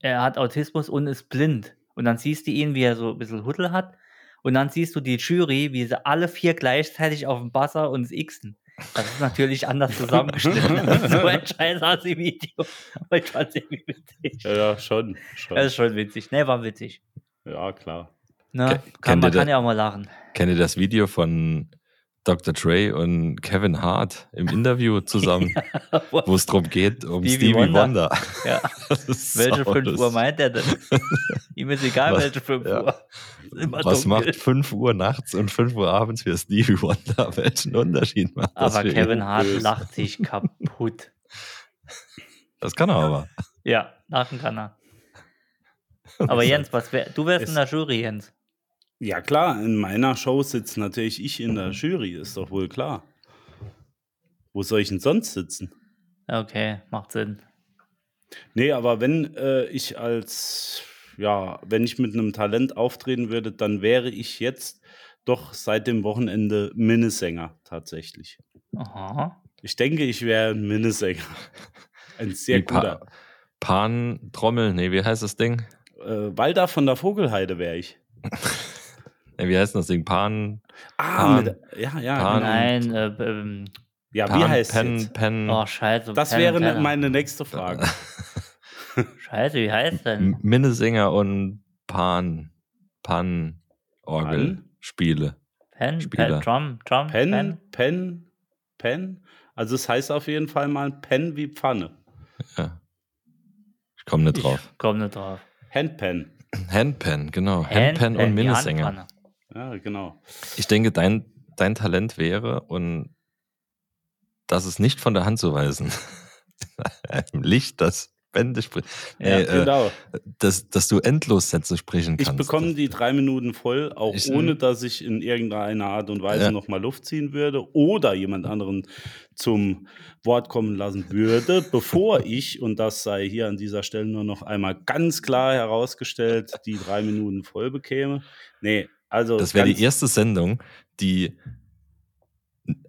[SPEAKER 4] er hat Autismus und ist blind. Und dann siehst du ihn, wie er so ein bisschen Huddel hat und dann siehst du die Jury, wie sie alle vier gleichzeitig auf dem Basser uns xen. Das ist natürlich anders zusammengeschnitten.
[SPEAKER 5] [laughs]
[SPEAKER 4] Das ist so ein scheiß Assi-Video. [laughs] Aber ich fand's irgendwie witzig.
[SPEAKER 6] ja, ja, schon. schon.
[SPEAKER 4] Das ist schon witzig. Ne, war witzig.
[SPEAKER 6] Ja, klar.
[SPEAKER 4] Na,
[SPEAKER 5] Ke-
[SPEAKER 4] kann,
[SPEAKER 5] kennt
[SPEAKER 4] man
[SPEAKER 5] ihr
[SPEAKER 4] kann
[SPEAKER 5] das-
[SPEAKER 4] ja auch mal lachen.
[SPEAKER 5] kennt ihr das Video von Dr. Dre und Kevin Hart im Interview zusammen, wo es darum geht, um
[SPEAKER 4] Stevie
[SPEAKER 5] Stevie,
[SPEAKER 4] Wonder.
[SPEAKER 5] Wonder. [laughs]
[SPEAKER 4] Ja.
[SPEAKER 5] Das ist
[SPEAKER 4] Welche
[SPEAKER 5] sau
[SPEAKER 4] 5 Uhr
[SPEAKER 5] lustig.
[SPEAKER 4] meint er denn?
[SPEAKER 5] [laughs]
[SPEAKER 4] Ihm ist egal,
[SPEAKER 5] Was-
[SPEAKER 4] welche 5
[SPEAKER 5] ja.
[SPEAKER 4] Uhr. Ist immer
[SPEAKER 5] Was
[SPEAKER 4] dunkel.
[SPEAKER 5] macht 5 Uhr nachts und 5 Uhr abends für Stevie Wonder? [laughs] Welchen Unterschied macht das?
[SPEAKER 4] Aber
[SPEAKER 5] für ihn?
[SPEAKER 4] Kevin Hart
[SPEAKER 6] Böse.
[SPEAKER 4] lacht sich kaputt.
[SPEAKER 5] Das kann er aber.
[SPEAKER 4] Ja, lachen kann
[SPEAKER 5] [laughs]
[SPEAKER 4] er. Aber Jens, was wär, du wärst in der Jury, Jens.
[SPEAKER 6] Ja, klar, in meiner Show sitzt natürlich ich in
[SPEAKER 5] Mhm.
[SPEAKER 6] der Jury, ist doch wohl klar. Wo soll ich denn sonst sitzen?
[SPEAKER 4] Okay, macht Sinn.
[SPEAKER 6] Nee, aber wenn äh, ich als, ja, wenn ich mit einem Talent auftreten würde, dann wäre ich jetzt doch seit dem Wochenende Minnesänger tatsächlich.
[SPEAKER 4] Aha.
[SPEAKER 6] Ich denke, ich wäre ein Minnesänger. [laughs] Ein sehr
[SPEAKER 5] Wie
[SPEAKER 6] guter.
[SPEAKER 5] Pa Pan Trommel, nee, wie heißt das Ding?
[SPEAKER 6] Äh, Walter von der Vogelheide wäre ich.
[SPEAKER 5] Nee, wie heißt denn das Ding? Pan,
[SPEAKER 6] Ah,
[SPEAKER 5] Pan.
[SPEAKER 6] mit, ja, ja.
[SPEAKER 5] Pan.
[SPEAKER 6] genau.
[SPEAKER 4] Nein, äh, ähm,
[SPEAKER 6] Ja,
[SPEAKER 5] Pan
[SPEAKER 6] wie heißt
[SPEAKER 5] Pen,
[SPEAKER 6] jetzt?
[SPEAKER 5] Pen,
[SPEAKER 4] Oh, scheiße.
[SPEAKER 6] Hm. Das
[SPEAKER 4] Penn
[SPEAKER 6] wäre ne
[SPEAKER 4] und Teller.
[SPEAKER 6] meine
[SPEAKER 5] [laughs]
[SPEAKER 6] nächste Frage.
[SPEAKER 4] Scheiße, wie heißt
[SPEAKER 5] M-
[SPEAKER 4] denn?
[SPEAKER 5] Minnesänger und Pan, Pan Orgel
[SPEAKER 6] Pan?
[SPEAKER 5] Spiele.
[SPEAKER 4] Pen, Pen,
[SPEAKER 5] Spieler.
[SPEAKER 4] Drum, Drum,
[SPEAKER 6] Pen,
[SPEAKER 4] Pen?
[SPEAKER 6] Pen, Pen. Also es heißt auf jeden Fall mal Pen wie Pfanne.
[SPEAKER 5] Ja. Ich komme nicht drauf.
[SPEAKER 4] Ich komm nicht drauf.
[SPEAKER 6] Handpen.
[SPEAKER 5] Handpan, genau.
[SPEAKER 4] Handpan,
[SPEAKER 5] Handpan und
[SPEAKER 4] die
[SPEAKER 5] Minnesänger.
[SPEAKER 4] Handpanne.
[SPEAKER 6] Ja, genau.
[SPEAKER 5] Ich denke, dein, dein Talent wäre und das ist nicht von der Hand zu weisen. [laughs] Ein Licht, das Bände spricht.
[SPEAKER 4] Ja,
[SPEAKER 5] Nee, äh,
[SPEAKER 6] genau.
[SPEAKER 5] dass, dass du Endlossätze sprechen
[SPEAKER 6] Ich
[SPEAKER 5] kannst.
[SPEAKER 6] bekomme die drei Minuten voll, auch
[SPEAKER 5] Ich-
[SPEAKER 6] ohne dass ich in irgendeiner Art und Weise
[SPEAKER 5] Ja.
[SPEAKER 6] nochmal Luft ziehen würde oder jemand anderen zum Wort kommen lassen würde,
[SPEAKER 5] [laughs]
[SPEAKER 6] bevor ich, und das sei hier an dieser Stelle nur noch einmal ganz klar herausgestellt, die drei Minuten voll bekäme. Nee, also.
[SPEAKER 5] Das wäre
[SPEAKER 6] ganz-
[SPEAKER 5] die erste Sendung, die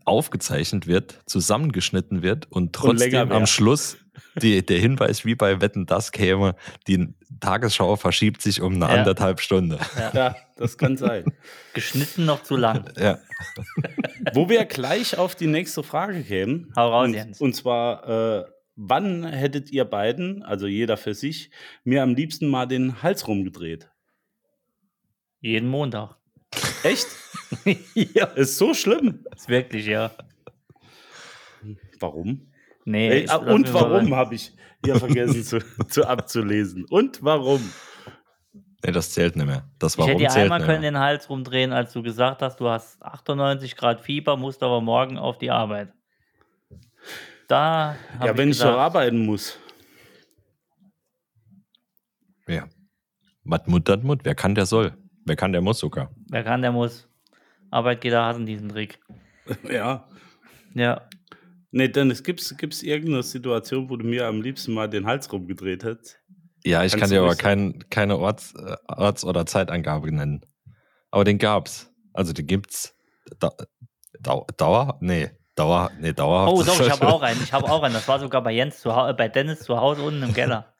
[SPEAKER 5] aufgezeichnet wird, zusammengeschnitten wird und
[SPEAKER 6] länger
[SPEAKER 5] trotzdem
[SPEAKER 6] wär.
[SPEAKER 5] am Schluss die, der Hinweis, wie bei Wetten, das käme, die Tagesschau verschiebt sich um eine
[SPEAKER 4] Ja.
[SPEAKER 5] anderthalb Stunde.
[SPEAKER 6] [laughs] Ja, das kann sein.
[SPEAKER 4] Geschnitten noch zu
[SPEAKER 5] [laughs]
[SPEAKER 4] lang.
[SPEAKER 5] Ja.
[SPEAKER 6] Wo wir gleich auf die nächste Frage kämen.
[SPEAKER 4] Hau raus,
[SPEAKER 6] und,
[SPEAKER 4] Jens.
[SPEAKER 6] Und zwar, äh, wann hättet ihr beiden, also jeder für sich, mir am liebsten mal den Hals rumgedreht?
[SPEAKER 4] Jeden Montag.
[SPEAKER 6] [laughs] Echt?
[SPEAKER 4] ja.
[SPEAKER 6] Ist so schlimm.
[SPEAKER 4] Ist wirklich, ja.
[SPEAKER 6] Warum?
[SPEAKER 4] Nee.
[SPEAKER 6] Ey,
[SPEAKER 4] ich-
[SPEAKER 6] ah,
[SPEAKER 4] lass
[SPEAKER 6] und
[SPEAKER 4] mich mal
[SPEAKER 6] warum
[SPEAKER 4] rein.
[SPEAKER 6] habe ich hier
[SPEAKER 4] [laughs]
[SPEAKER 6] vergessen zu, zu abzulesen? Und warum?
[SPEAKER 5] Nee, das zählt nicht mehr. Das
[SPEAKER 4] Ich
[SPEAKER 5] warum
[SPEAKER 4] hätte dir
[SPEAKER 5] zählt
[SPEAKER 4] einmal
[SPEAKER 5] nicht
[SPEAKER 4] können
[SPEAKER 5] mehr.
[SPEAKER 4] den Hals rumdrehen, als du gesagt hast, du hast 98 Grad Fieber, musst aber morgen auf die Arbeit. Da hab
[SPEAKER 6] ja, wenn ich
[SPEAKER 4] gesagt,
[SPEAKER 6] doch arbeiten muss.
[SPEAKER 5] Ja. Wat Mut, dat Mut. Wer kann, der soll. Wer kann, der muss sogar.
[SPEAKER 4] wer kann, der muss. Arbeitgeber hassen diesen Trick.
[SPEAKER 6] Ja.
[SPEAKER 4] Ja,
[SPEAKER 6] Nee, Dennis, gibt's, gibt's irgendeine Situation, wo du mir am liebsten mal den Hals rumgedreht hättest?
[SPEAKER 5] Ja, ich
[SPEAKER 6] Kannst
[SPEAKER 5] kann
[SPEAKER 6] du
[SPEAKER 5] dir aber
[SPEAKER 6] ruhig
[SPEAKER 5] kein, keine Orts, äh, Orts- oder Zeitangabe nennen. Aber den gab's. Also den gibt's. Da, Dau- Dauer? Nee. Dauer, nee, dauerhaft.
[SPEAKER 4] Oh,
[SPEAKER 5] Das
[SPEAKER 4] doch,
[SPEAKER 5] ist
[SPEAKER 4] ich
[SPEAKER 5] schon-
[SPEAKER 4] habe auch einen. Ich habe auch einen. Das war sogar bei Jens zu Hause, bei Dennis zu Hause unten im Keller.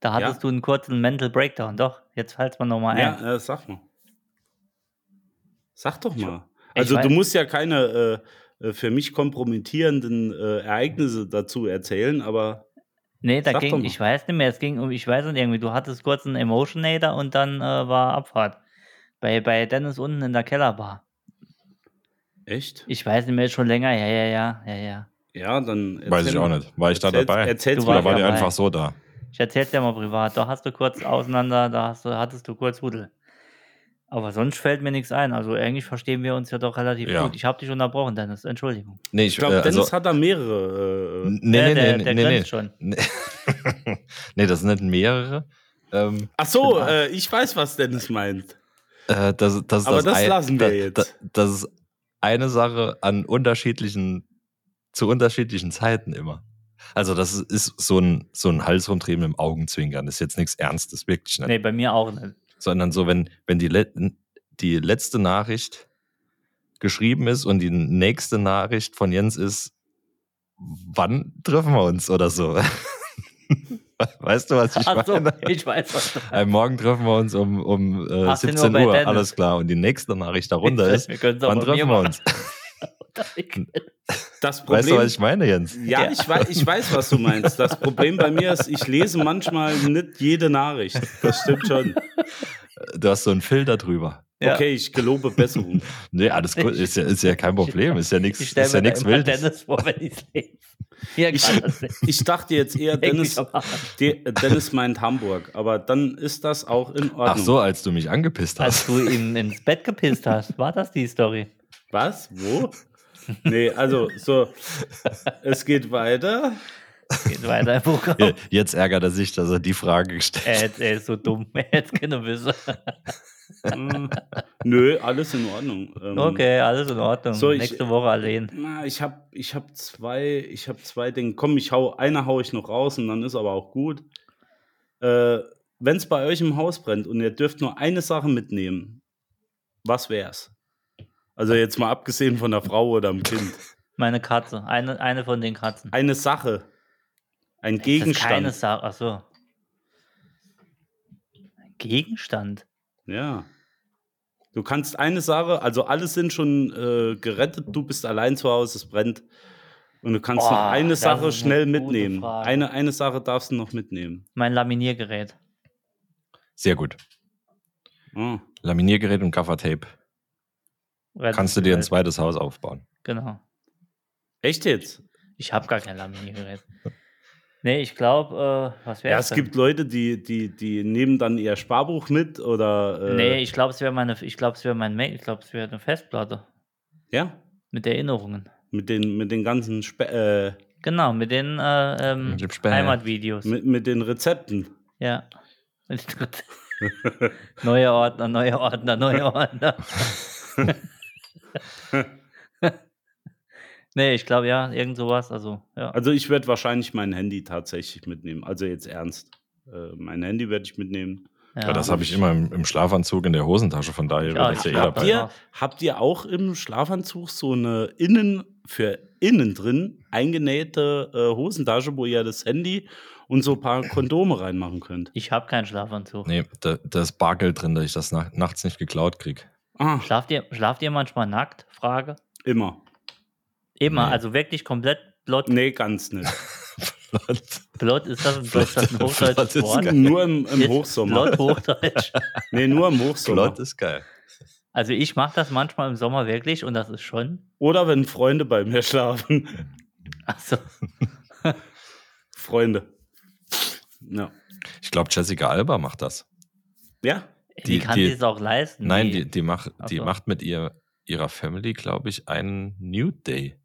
[SPEAKER 4] Da hattest
[SPEAKER 6] [laughs] Ja.
[SPEAKER 4] du einen kurzen Mental Breakdown. Doch, jetzt halt's mal nochmal ein.
[SPEAKER 6] Ja, äh, sag mal. Sag doch mal.
[SPEAKER 4] ich
[SPEAKER 6] Also du
[SPEAKER 4] weiß-
[SPEAKER 6] musst ja keine äh, äh, für mich kompromittierenden äh, Ereignisse dazu erzählen, aber
[SPEAKER 4] nee, da
[SPEAKER 6] sag doch
[SPEAKER 4] ging,
[SPEAKER 6] mal.
[SPEAKER 4] ich weiß nicht mehr, es ging um, ich weiß nicht irgendwie, du hattest kurz einen Emotionator und dann äh, war Abfahrt. Bei, bei Dennis unten in der Kellerbar.
[SPEAKER 6] echt?
[SPEAKER 4] Ich weiß nicht mehr, ist schon länger. Ja, ja, ja, ja, ja.
[SPEAKER 6] Ja, dann
[SPEAKER 5] [laughs]
[SPEAKER 6] erzähl
[SPEAKER 5] Weiß ich auch
[SPEAKER 6] mal.
[SPEAKER 5] nicht. War ich da
[SPEAKER 6] Erzähl's-
[SPEAKER 5] dabei?
[SPEAKER 6] Erzähl's
[SPEAKER 4] Du
[SPEAKER 5] Oder
[SPEAKER 4] warst
[SPEAKER 6] mir
[SPEAKER 5] war
[SPEAKER 6] mal.
[SPEAKER 4] ja-
[SPEAKER 5] der
[SPEAKER 4] dabei.
[SPEAKER 5] einfach so da?
[SPEAKER 4] Ich erzähl's dir mal privat. Da hast du kurz auseinander, da hast du, hattest du kurz Rudel. Aber sonst fällt mir nichts ein. Also eigentlich verstehen wir uns ja doch relativ
[SPEAKER 5] Ja.
[SPEAKER 4] gut. Ich habe dich unterbrochen, Dennis. Entschuldigung.
[SPEAKER 5] Nee, äh, also-
[SPEAKER 6] Ich glaube, Dennis hat da mehrere. Äh,
[SPEAKER 5] Nee,
[SPEAKER 4] der,
[SPEAKER 5] nee,
[SPEAKER 4] der,
[SPEAKER 5] nee,
[SPEAKER 4] der
[SPEAKER 5] nee,
[SPEAKER 4] grinst
[SPEAKER 5] nee.
[SPEAKER 4] schon.
[SPEAKER 5] Nee. [laughs] nee, das sind nicht mehrere. Ähm,
[SPEAKER 6] Ach so, äh, ich weiß, was Dennis meint.
[SPEAKER 5] äh, das, das ist
[SPEAKER 6] Aber das
[SPEAKER 5] ein-
[SPEAKER 6] lassen wir
[SPEAKER 5] da-
[SPEAKER 6] jetzt.
[SPEAKER 5] Da, das ist eine Sache an unterschiedlichen, zu unterschiedlichen Zeiten immer. Also das ist- ist so ein, so ein Hals rumdrehen mit dem Augenzwinkern. Das ist jetzt nichts Ernstes, wirklich nicht.
[SPEAKER 4] Nee, bei mir auch nicht.
[SPEAKER 5] Sondern so, wenn, wenn die, Let die letzte Nachricht geschrieben ist und die nächste Nachricht von Jens ist, wann treffen wir uns oder so. [laughs] weißt du, was ich
[SPEAKER 4] Ach so,
[SPEAKER 5] meine?
[SPEAKER 4] ich weiß, was du
[SPEAKER 5] Am Äh, Morgen treffen wir uns um, um äh,
[SPEAKER 4] 18
[SPEAKER 5] 17
[SPEAKER 4] Uhr bei
[SPEAKER 5] Uhr,
[SPEAKER 4] Dennis.
[SPEAKER 5] alles klar. Und die nächste Nachricht darunter ist,
[SPEAKER 4] Wir können es
[SPEAKER 5] wann
[SPEAKER 4] aber
[SPEAKER 5] treffen
[SPEAKER 4] mir
[SPEAKER 5] wir uns?
[SPEAKER 4] machen.
[SPEAKER 6] Das Problem.
[SPEAKER 5] Weißt du, was ich meine, Jens?
[SPEAKER 6] ja,
[SPEAKER 4] Ja.
[SPEAKER 6] Ich, weiß, ich weiß, was du meinst. Das Problem bei mir ist, ich lese manchmal nicht jede Nachricht. Das
[SPEAKER 5] [laughs]
[SPEAKER 6] stimmt schon.
[SPEAKER 5] Du hast so einen Filter drüber.
[SPEAKER 4] Ja.
[SPEAKER 6] Okay, ich gelobe Besserung.
[SPEAKER 5] Nee, alles gut, ist ja, ist ja kein Problem, ist ja nichts
[SPEAKER 4] Ich stelle
[SPEAKER 5] ist ja
[SPEAKER 4] mir
[SPEAKER 5] nichts
[SPEAKER 4] da immer
[SPEAKER 5] Wildes.
[SPEAKER 4] Dennis vor, wenn ich lese. Hier
[SPEAKER 6] Ich-
[SPEAKER 4] kann das
[SPEAKER 5] [laughs]
[SPEAKER 4] nicht.
[SPEAKER 6] Ich dachte jetzt eher,
[SPEAKER 4] Denk
[SPEAKER 6] Dennis,
[SPEAKER 4] mich aber an.
[SPEAKER 6] De Dennis meint Hamburg, aber dann ist das auch in Ordnung.
[SPEAKER 5] Ach so, als du mich angepisst
[SPEAKER 4] Als
[SPEAKER 5] hast.
[SPEAKER 4] du ihn ins Bett gepisst hast, war das die Story?
[SPEAKER 6] Was? Wo? Nee, also so, es geht weiter.
[SPEAKER 4] Geht weiter im Programm.
[SPEAKER 5] Je- [laughs] Jetzt ärgert er sich, dass er die Frage gestellt
[SPEAKER 4] Er,
[SPEAKER 5] hat.
[SPEAKER 4] hätte- er ist so dumm, er hätte keine
[SPEAKER 5] [laughs]
[SPEAKER 4] Wisse.
[SPEAKER 6] Hm, Nö, alles in Ordnung. Ähm,
[SPEAKER 4] Okay, alles in Ordnung.
[SPEAKER 6] So, ich-
[SPEAKER 4] Nächste Woche allein.
[SPEAKER 6] Na, ich hab, ich hab zwei, ich hab zwei Dinge. Komm, ich hau, eine hau ich noch raus und dann ist aber auch gut. Äh, Wenn es bei euch im Haus brennt und ihr dürft nur eine Sache mitnehmen, was wär's? Also jetzt mal abgesehen von der Frau oder dem Kind.
[SPEAKER 4] Meine Katze, eine, eine von den Katzen.
[SPEAKER 6] Eine Sache. Ein
[SPEAKER 4] Das ist keine
[SPEAKER 6] Gegenstand.
[SPEAKER 4] Sache. Achso. Gegenstand?
[SPEAKER 6] Ja. Du kannst eine Sache, also alle sind schon äh, gerettet, du bist allein zu Hause, es brennt. Und du kannst
[SPEAKER 4] Boah,
[SPEAKER 6] noch eine
[SPEAKER 4] das
[SPEAKER 6] Sache
[SPEAKER 4] ist eine
[SPEAKER 6] schnell
[SPEAKER 4] gute
[SPEAKER 6] mitnehmen.
[SPEAKER 4] Frage.
[SPEAKER 6] Eine, eine Sache darfst du noch mitnehmen.
[SPEAKER 4] Mein Laminiergerät.
[SPEAKER 5] Sehr gut.
[SPEAKER 6] Ah.
[SPEAKER 5] Laminiergerät und Covertape. Kannst du dir ein
[SPEAKER 4] Rettungsgerät.
[SPEAKER 5] zweites Haus aufbauen?
[SPEAKER 4] Genau.
[SPEAKER 6] Echt jetzt?
[SPEAKER 4] Ich habe gar kein Laminiergerät. Nee, ich glaube, äh, was wäre
[SPEAKER 6] Ja, es gibt Leute, die, die, die nehmen dann ihr Sparbuch mit oder. Äh,
[SPEAKER 4] Nee, ich glaube, es wäre meine, ich glaube, es wäre mein Mail, ich glaube, es wäre eine Festplatte
[SPEAKER 6] Ja,
[SPEAKER 4] mit Erinnerungen.
[SPEAKER 6] mit den, mit den ganzen Spe äh,
[SPEAKER 4] Genau, mit den äh, ähm,
[SPEAKER 5] Mit dem Späher.
[SPEAKER 4] Heimatvideos.
[SPEAKER 6] mit, mit den Rezepten.
[SPEAKER 4] ja. [laughs] neue Ordner, neue Ordner, neue Ordner. [laughs] nee, ich glaube ja, irgend sowas. Also, ja.
[SPEAKER 6] Also ich werde wahrscheinlich mein Handy tatsächlich mitnehmen. Also jetzt ernst. Äh, mein Handy werde ich mitnehmen.
[SPEAKER 5] Aber das habe ich immer im, im Schlafanzug in der Hosentasche, von daher
[SPEAKER 4] Ja,
[SPEAKER 5] ja, das ja
[SPEAKER 4] ich-
[SPEAKER 5] eh
[SPEAKER 6] Habt
[SPEAKER 5] dabei.
[SPEAKER 6] ihr, habt ihr auch im Schlafanzug so eine innen für innen drin eingenähte äh, Hosentasche, wo ihr das Handy und so ein paar Kondome reinmachen könnt?
[SPEAKER 4] Ich habe keinen Schlafanzug.
[SPEAKER 5] Nee, da, da ist Bargeld drin, dass ich das nach, nachts nicht geklaut kriege.
[SPEAKER 6] Ah,
[SPEAKER 4] Schlaft, ihr, schlaft ihr manchmal nackt? Frage.
[SPEAKER 6] immer.
[SPEAKER 4] Immer,
[SPEAKER 5] Nee.
[SPEAKER 4] also wirklich komplett blott.
[SPEAKER 6] Nee, ganz nicht.
[SPEAKER 4] [laughs] Blott ist
[SPEAKER 5] [laughs]
[SPEAKER 4] das, ist das ein hochdeutsches
[SPEAKER 5] Blott ist
[SPEAKER 4] Wort?
[SPEAKER 5] geil.
[SPEAKER 6] Nur im, im
[SPEAKER 4] Jetzt
[SPEAKER 6] Hochsommer.
[SPEAKER 4] Blott hochdeutsch.
[SPEAKER 6] Nee, nur im Hochsommer.
[SPEAKER 5] Blott ist geil.
[SPEAKER 4] Also ich mache das manchmal im Sommer wirklich und das ist schon.
[SPEAKER 6] Oder wenn Freunde bei mir schlafen. [laughs]
[SPEAKER 4] Also,
[SPEAKER 6] Freunde. Ja.
[SPEAKER 5] Ich glaube, Jessica Alba macht das.
[SPEAKER 6] Ja,
[SPEAKER 4] die,
[SPEAKER 5] Die-
[SPEAKER 4] kann
[SPEAKER 5] die-
[SPEAKER 4] sich es auch leisten.
[SPEAKER 5] Nein, die, die, mach,
[SPEAKER 4] Ach
[SPEAKER 5] die
[SPEAKER 4] so.
[SPEAKER 5] macht mit ihr, ihrer Family, glaube ich, einen Nude Day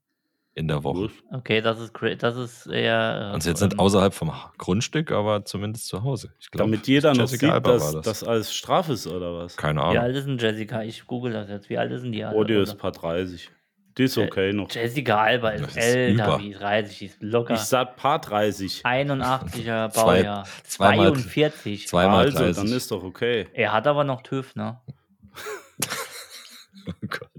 [SPEAKER 5] in der Woche.
[SPEAKER 6] Los.
[SPEAKER 4] Okay, das ist, cra- das ist eher. äh,
[SPEAKER 5] Also jetzt nicht
[SPEAKER 4] ähm,
[SPEAKER 5] außerhalb vom Ha- Grundstück, aber zumindest zu Hause. Ich glaube,
[SPEAKER 6] damit jeder noch
[SPEAKER 5] Jessica
[SPEAKER 6] sieht,
[SPEAKER 5] Alba
[SPEAKER 6] dass
[SPEAKER 5] war
[SPEAKER 6] das.
[SPEAKER 5] das.
[SPEAKER 6] alles Straf ist oder was?
[SPEAKER 5] keine
[SPEAKER 4] Wie
[SPEAKER 5] Ahnung.
[SPEAKER 4] alt ist denn Jessica? Ich google das jetzt. Wie alt ist denn die? alle,
[SPEAKER 6] Oh, die ist
[SPEAKER 4] oder?
[SPEAKER 6] paar 30. Die ist okay noch.
[SPEAKER 4] Äh, Jessica Alba ist,
[SPEAKER 5] Das ist
[SPEAKER 4] älter
[SPEAKER 5] über.
[SPEAKER 4] wie 30. Die ist locker.
[SPEAKER 6] Ich sag paar 30.
[SPEAKER 4] 81er
[SPEAKER 5] [laughs] Zwei-
[SPEAKER 4] Baujahr.
[SPEAKER 5] zweimal-
[SPEAKER 4] 42.
[SPEAKER 5] Zweimal
[SPEAKER 6] also,
[SPEAKER 5] 30.
[SPEAKER 6] dann ist doch okay.
[SPEAKER 4] Er hat aber noch TÜV, ne?
[SPEAKER 5] [laughs] oh Gott.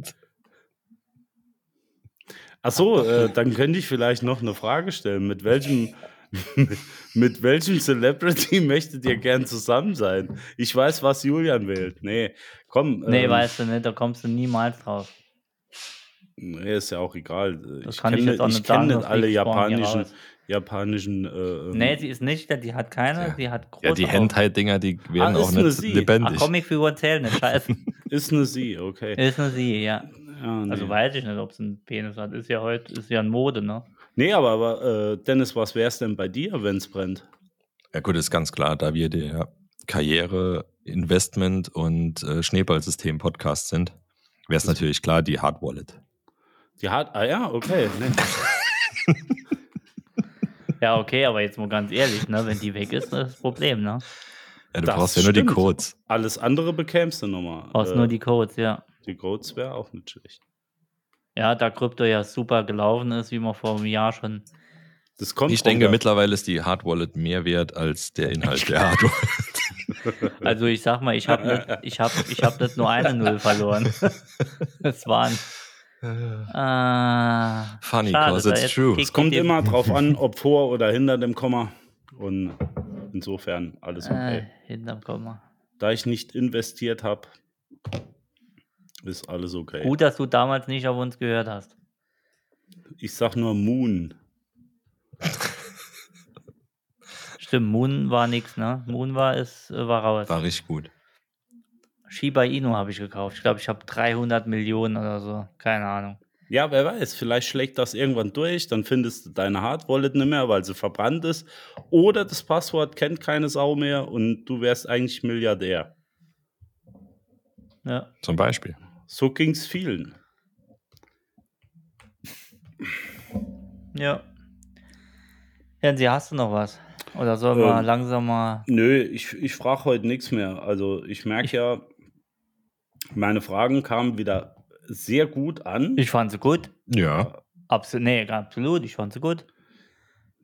[SPEAKER 6] Achso, äh, dann könnte ich vielleicht noch eine Frage stellen. Mit welchem, [laughs] mit welchem Celebrity [laughs] möchtet ihr gern zusammen sein? Ich weiß, was Julian wählt. Nee, komm.
[SPEAKER 4] Nee,
[SPEAKER 6] ähm,
[SPEAKER 4] weißt du nicht, da kommst du niemals drauf.
[SPEAKER 6] Nee, ist ja auch egal. Äh,
[SPEAKER 4] Das kann ich
[SPEAKER 6] kenne-
[SPEAKER 4] jetzt auch nicht
[SPEAKER 6] kenne
[SPEAKER 4] sagen,
[SPEAKER 6] nicht
[SPEAKER 4] sonst
[SPEAKER 6] alle
[SPEAKER 4] fliegt Sporn hier
[SPEAKER 6] japanischen,
[SPEAKER 4] raus.
[SPEAKER 6] japanischen. Äh,
[SPEAKER 4] Nee, sie ist nicht, die hat keine,
[SPEAKER 5] Ja.
[SPEAKER 4] die hat große
[SPEAKER 5] Ja, die
[SPEAKER 4] Augen.
[SPEAKER 5] Hentai-Dinger, die werden
[SPEAKER 6] Ah, ist
[SPEAKER 5] auch
[SPEAKER 6] nur
[SPEAKER 5] nicht
[SPEAKER 6] sie.
[SPEAKER 4] Ach,
[SPEAKER 5] lebendig.
[SPEAKER 4] Comicfiguren zählen nicht, scheiße.
[SPEAKER 6] ist eine sie, okay.
[SPEAKER 4] ist nur sie, ja.
[SPEAKER 6] Ja, nee.
[SPEAKER 4] Also weiß ich nicht, ob sie einen Penis hat. Ist ja heute, ist ja in Mode, ne?
[SPEAKER 6] nee, aber, aber äh, Dennis, was wär's denn bei dir, wenn's brennt?
[SPEAKER 5] ja gut, ist ganz klar, da wir der Karriere, Investment und äh, Schneeballsystem-Podcast sind, wäre es natürlich klar die Hard Wallet.
[SPEAKER 6] Die hat. Ah ja, okay. Nee.
[SPEAKER 4] Ja, okay, aber jetzt mal ganz ehrlich, ne? Wenn die weg ist, das ist das Problem, ne?
[SPEAKER 5] Ja, du
[SPEAKER 6] Das
[SPEAKER 5] brauchst ja nur die
[SPEAKER 6] stimmt.
[SPEAKER 5] Codes.
[SPEAKER 6] Alles andere bekämst du nochmal.
[SPEAKER 4] Brauchst nur die Codes, ja.
[SPEAKER 6] Die Codes wäre auch nicht schlecht.
[SPEAKER 4] Ja, da Krypto ja super gelaufen ist, wie man vor einem Jahr schon.
[SPEAKER 6] Das kommt
[SPEAKER 5] Ich denke,
[SPEAKER 6] runter.
[SPEAKER 5] mittlerweile ist die Hard Wallet mehr wert als der
[SPEAKER 4] [laughs]
[SPEAKER 5] Inhalt der Hard Wallet.
[SPEAKER 4] Also ich sag mal, ich habe nicht, ich hab, ich hab nicht nur eine Null verloren. Es waren. Ah,
[SPEAKER 5] Funny,
[SPEAKER 4] schade,
[SPEAKER 5] 'cause
[SPEAKER 4] da
[SPEAKER 5] it's
[SPEAKER 4] jetzt
[SPEAKER 5] true.
[SPEAKER 4] kickt
[SPEAKER 6] Es kommt
[SPEAKER 4] die-
[SPEAKER 6] immer drauf an, ob vor oder hinter dem Komma. Und insofern alles okay.
[SPEAKER 4] Äh, hinterm Komma.
[SPEAKER 6] Da ich nicht investiert habe, ist alles okay.
[SPEAKER 4] Gut, dass du damals nicht auf uns gehört hast.
[SPEAKER 6] Ich sag nur Moon.
[SPEAKER 4] Stimmt, Moon war nix, ne? Moon war ist, äh, war raus.
[SPEAKER 5] War richtig gut.
[SPEAKER 4] Shiba Inu habe ich gekauft. Ich glaube, ich habe 300 Millionen oder so. Keine Ahnung.
[SPEAKER 6] Ja, wer weiß, vielleicht schlägt das irgendwann durch, dann findest du deine Hard Wallet nicht mehr, weil sie verbrannt ist. Oder das Passwort kennt keine Sau mehr und du wärst eigentlich Milliardär.
[SPEAKER 4] Ja.
[SPEAKER 5] Zum Beispiel.
[SPEAKER 6] So ging's vielen.
[SPEAKER 4] Ja. Hensi, hast du noch was? Oder sollen wir
[SPEAKER 6] Ähm,
[SPEAKER 4] langsam mal.
[SPEAKER 6] Nö, ich, ich frage heute nichts mehr. Also ich merke ja, meine Fragen kamen wieder sehr gut an.
[SPEAKER 4] Ich fand sie gut.
[SPEAKER 5] Ja.
[SPEAKER 4] Absolut. Nee, absolut. Ich fand sie gut.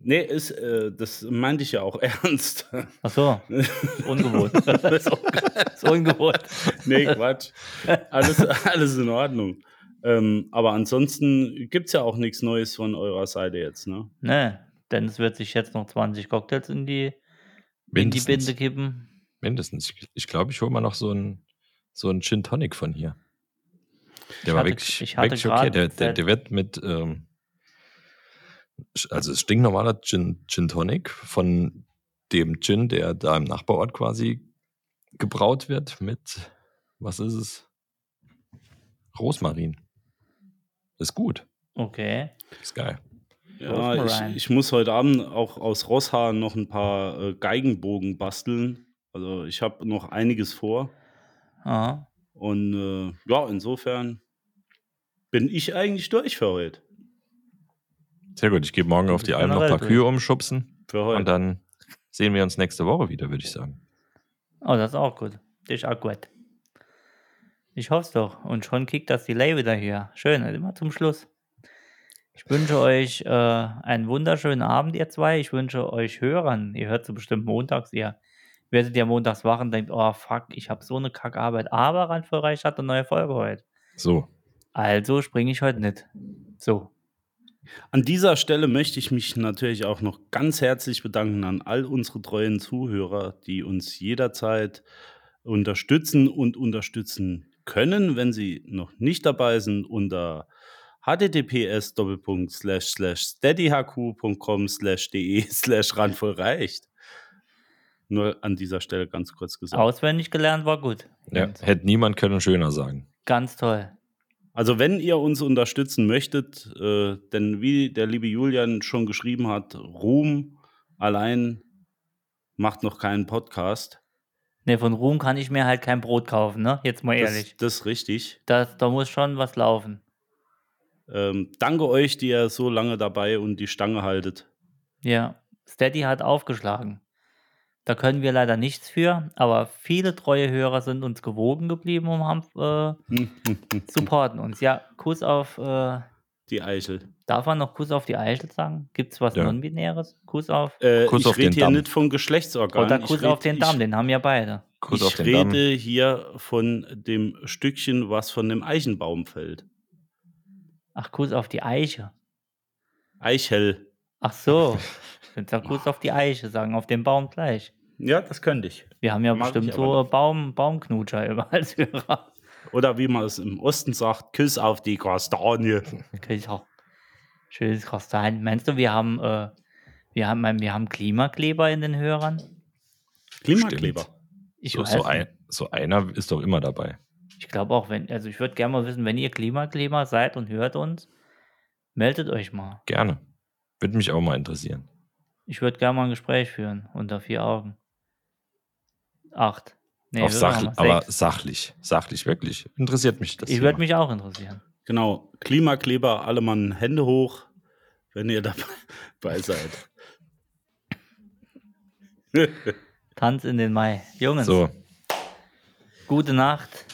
[SPEAKER 6] nee, ist, äh, das meinte ich ja auch [laughs] ernst.
[SPEAKER 4] Ach so. Ist
[SPEAKER 5] [laughs]
[SPEAKER 4] ungewohnt. [laughs] ist, unge- ist ungewohnt.
[SPEAKER 6] nee, Quatsch. Alles, alles in Ordnung. Ähm, aber ansonsten gibt es ja auch nichts Neues von eurer Seite jetzt, ne?
[SPEAKER 4] Ne, Dennis wird sich jetzt noch 20 Cocktails in die, in die
[SPEAKER 5] Mindestens.
[SPEAKER 4] Binde kippen.
[SPEAKER 5] Mindestens. Ich- Ich glaube, ich hole mal noch so einen so einen Gin Tonic von hier. Der
[SPEAKER 4] Ich
[SPEAKER 5] war
[SPEAKER 4] hatte-
[SPEAKER 5] wirklich,
[SPEAKER 4] ich hatte
[SPEAKER 5] wirklich okay.
[SPEAKER 4] grad
[SPEAKER 5] Der, der,
[SPEAKER 4] seit-
[SPEAKER 5] der wird mit, ähm, sch- also es stinknormaler Gin, Gin Tonic von dem Gin, der da im Nachbarort quasi gebraut wird mit, was ist es? Rosmarin. Ist gut.
[SPEAKER 4] Okay.
[SPEAKER 5] Ist geil.
[SPEAKER 6] Ja, ich, ich muss heute Abend auch aus Rosshaaren noch ein paar äh, Geigenbogen basteln. Also ich habe noch einiges vor.
[SPEAKER 4] Aha.
[SPEAKER 6] Und äh, ja, insofern bin ich eigentlich durch für heute.
[SPEAKER 5] Sehr gut. Ich gebe morgen auf
[SPEAKER 4] bist
[SPEAKER 5] die Alm noch ein
[SPEAKER 4] generell
[SPEAKER 5] paar Kühe umschubsen
[SPEAKER 6] Für
[SPEAKER 5] und
[SPEAKER 6] heute.
[SPEAKER 5] dann sehen wir uns nächste Woche wieder, würde ich sagen.
[SPEAKER 4] Oh, das ist auch gut. Das ist auch gut. Ich hoffe es doch. Und schon kickt das Delay wieder hier. Schön, also immer zum Schluss. Ich wünsche euch äh, einen wunderschönen Abend, ihr zwei. Ich wünsche euch Hörern, ihr hört sie bestimmt montags, ihr werdet ihr montags wach und denkt, oh fuck, ich habe so eine Kackarbeit. Aber Randvollreich hat eine neue Folge heute.
[SPEAKER 5] So.
[SPEAKER 4] Also springe ich heute nicht. So.
[SPEAKER 6] An dieser Stelle möchte ich mich natürlich auch noch ganz herzlich bedanken an all unsere treuen Zuhörer, die uns jederzeit unterstützen und unterstützen können, wenn sie noch nicht dabei sind, unter https steadyhq.com de [laughs] slash randvoll reicht. Nur an dieser Stelle ganz kurz gesagt.
[SPEAKER 4] Auswendig gelernt war gut.
[SPEAKER 5] Ja, hätte niemand können schöner sagen.
[SPEAKER 4] Ganz toll.
[SPEAKER 6] Also wenn ihr uns unterstützen möchtet, äh, denn wie der liebe Julian schon geschrieben hat, Ruhm allein macht noch keinen Podcast.
[SPEAKER 4] Ne, von Ruhm kann ich mir halt kein Brot kaufen, ne? Jetzt mal ehrlich.
[SPEAKER 6] Das, das ist richtig.
[SPEAKER 4] Das, da muss schon was laufen.
[SPEAKER 6] Ähm, danke euch, die ihr so lange dabei und die Stange haltet. [laughs]
[SPEAKER 4] Ja, Steady hat aufgeschlagen. Da können wir leider nichts für, aber viele treue Hörer sind uns gewogen geblieben und haben äh, supporten uns. Ja, Kuss auf äh,
[SPEAKER 6] Die Eichel.
[SPEAKER 4] darf man noch Kuss auf die Eichel sagen? Gibt's was
[SPEAKER 5] Ja.
[SPEAKER 4] Non-binäres? Kuss auf
[SPEAKER 6] Äh,
[SPEAKER 5] Kuss
[SPEAKER 6] ich
[SPEAKER 5] auf
[SPEAKER 6] rede
[SPEAKER 5] den
[SPEAKER 6] hier
[SPEAKER 5] Damm.
[SPEAKER 6] nicht von Geschlechtsorganen.
[SPEAKER 4] oder
[SPEAKER 6] Ich
[SPEAKER 4] Kuss
[SPEAKER 6] red-
[SPEAKER 4] auf den Damm, den haben ja beide.
[SPEAKER 5] Kuss
[SPEAKER 6] Ich,
[SPEAKER 5] auf
[SPEAKER 6] ich
[SPEAKER 5] den
[SPEAKER 6] rede
[SPEAKER 5] Damm.
[SPEAKER 6] hier von dem Stückchen, was von dem Eichenbaum fällt.
[SPEAKER 4] Ach, Kuss auf die Eiche.
[SPEAKER 6] Eichel.
[SPEAKER 4] Ach
[SPEAKER 6] [laughs]
[SPEAKER 4] so. Könntest ja Kuss auf die Eiche sagen, auf den Baum gleich.
[SPEAKER 6] Ja, das könnte ich.
[SPEAKER 4] Wir haben ja
[SPEAKER 6] Mag ich
[SPEAKER 4] bestimmt so
[SPEAKER 6] aber
[SPEAKER 4] äh, Baum, Baumknutscher [laughs] immer als Hörer.
[SPEAKER 6] Oder wie man es im Osten sagt, Küss auf die Kastanie.
[SPEAKER 4] Könnte ich auch. Schönes Kristall. Meinst du, wir haben, äh, wir haben, wir haben Klimakleber in den Hörern?
[SPEAKER 6] Klimakleber.
[SPEAKER 4] Ich
[SPEAKER 5] So,
[SPEAKER 4] weiß
[SPEAKER 5] so,
[SPEAKER 4] nicht.
[SPEAKER 5] ein, so einer ist doch immer dabei.
[SPEAKER 4] Ich glaube auch, wenn, also ich würde gerne mal wissen, wenn ihr Klimakleber seid und hört uns, meldet euch mal.
[SPEAKER 5] Gerne. Würde mich auch mal interessieren.
[SPEAKER 4] Ich würde gerne mal ein Gespräch führen unter vier Augen. Acht. Nee,
[SPEAKER 5] Auf
[SPEAKER 4] wir
[SPEAKER 5] sach,
[SPEAKER 4] machen
[SPEAKER 5] aber
[SPEAKER 4] sechs.
[SPEAKER 5] sachlich. Sachlich, wirklich. Interessiert mich das.
[SPEAKER 4] ich würde
[SPEAKER 5] Thema.
[SPEAKER 4] mich auch interessieren.
[SPEAKER 6] Genau, Klimakleber, alle Mann Hände hoch, wenn ihr dabei [laughs] seid.
[SPEAKER 4] Tanz in den Mai. Jungs,
[SPEAKER 5] So,
[SPEAKER 4] gute Nacht.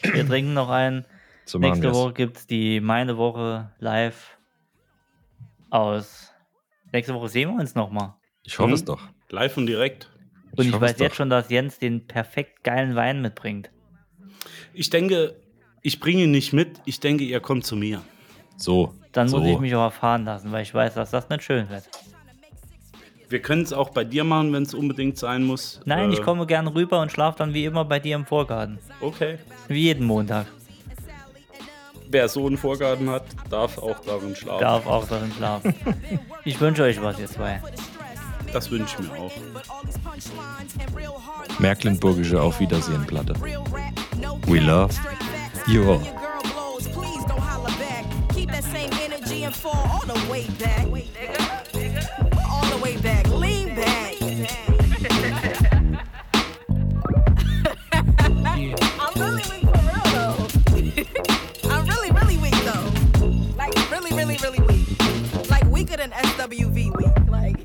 [SPEAKER 4] Wir trinken noch einen.
[SPEAKER 5] so machen
[SPEAKER 4] Nächste
[SPEAKER 5] wir
[SPEAKER 4] Woche gibt es die Meine Woche live aus. Nächste Woche sehen wir uns nochmal.
[SPEAKER 5] Ich hoffe es
[SPEAKER 6] Mhm.
[SPEAKER 5] doch.
[SPEAKER 6] Live und direkt.
[SPEAKER 4] Hm? Und ich,
[SPEAKER 5] hoffe
[SPEAKER 4] weiß
[SPEAKER 5] es doch.
[SPEAKER 4] jetzt schon, dass Jens den perfekt geilen Wein mitbringt.
[SPEAKER 6] Ich denke, ich bringe ihn nicht mit, ich denke, ihr kommt zu mir.
[SPEAKER 5] So.
[SPEAKER 4] Dann
[SPEAKER 5] so.
[SPEAKER 4] muss ich mich auch erfahren lassen, weil ich weiß, dass das nicht schön wird.
[SPEAKER 6] Wir können es auch bei dir machen, wenn es unbedingt sein muss.
[SPEAKER 4] Nein,
[SPEAKER 6] Äh,
[SPEAKER 4] ich komme gerne rüber und schlafe dann wie immer bei dir im Vorgarten.
[SPEAKER 6] Okay.
[SPEAKER 4] Wie jeden Montag.
[SPEAKER 6] Wer so einen Vorgarten hat, darf auch darin schlafen.
[SPEAKER 4] Darf auch darin schlafen. ich wünsche euch was, ihr zwei.
[SPEAKER 6] Das wünsche ich mir auch.
[SPEAKER 5] Mecklenburgische Auf Wiedersehen Platte. We love you all.
[SPEAKER 3] Keep that same energy and fall all the way back. All the way back. Lean back. [laughs] I'm really weak for real though. [laughs] I'm really, really weak though. Like really, really, really weak. Like weaker than SWV weak. Like.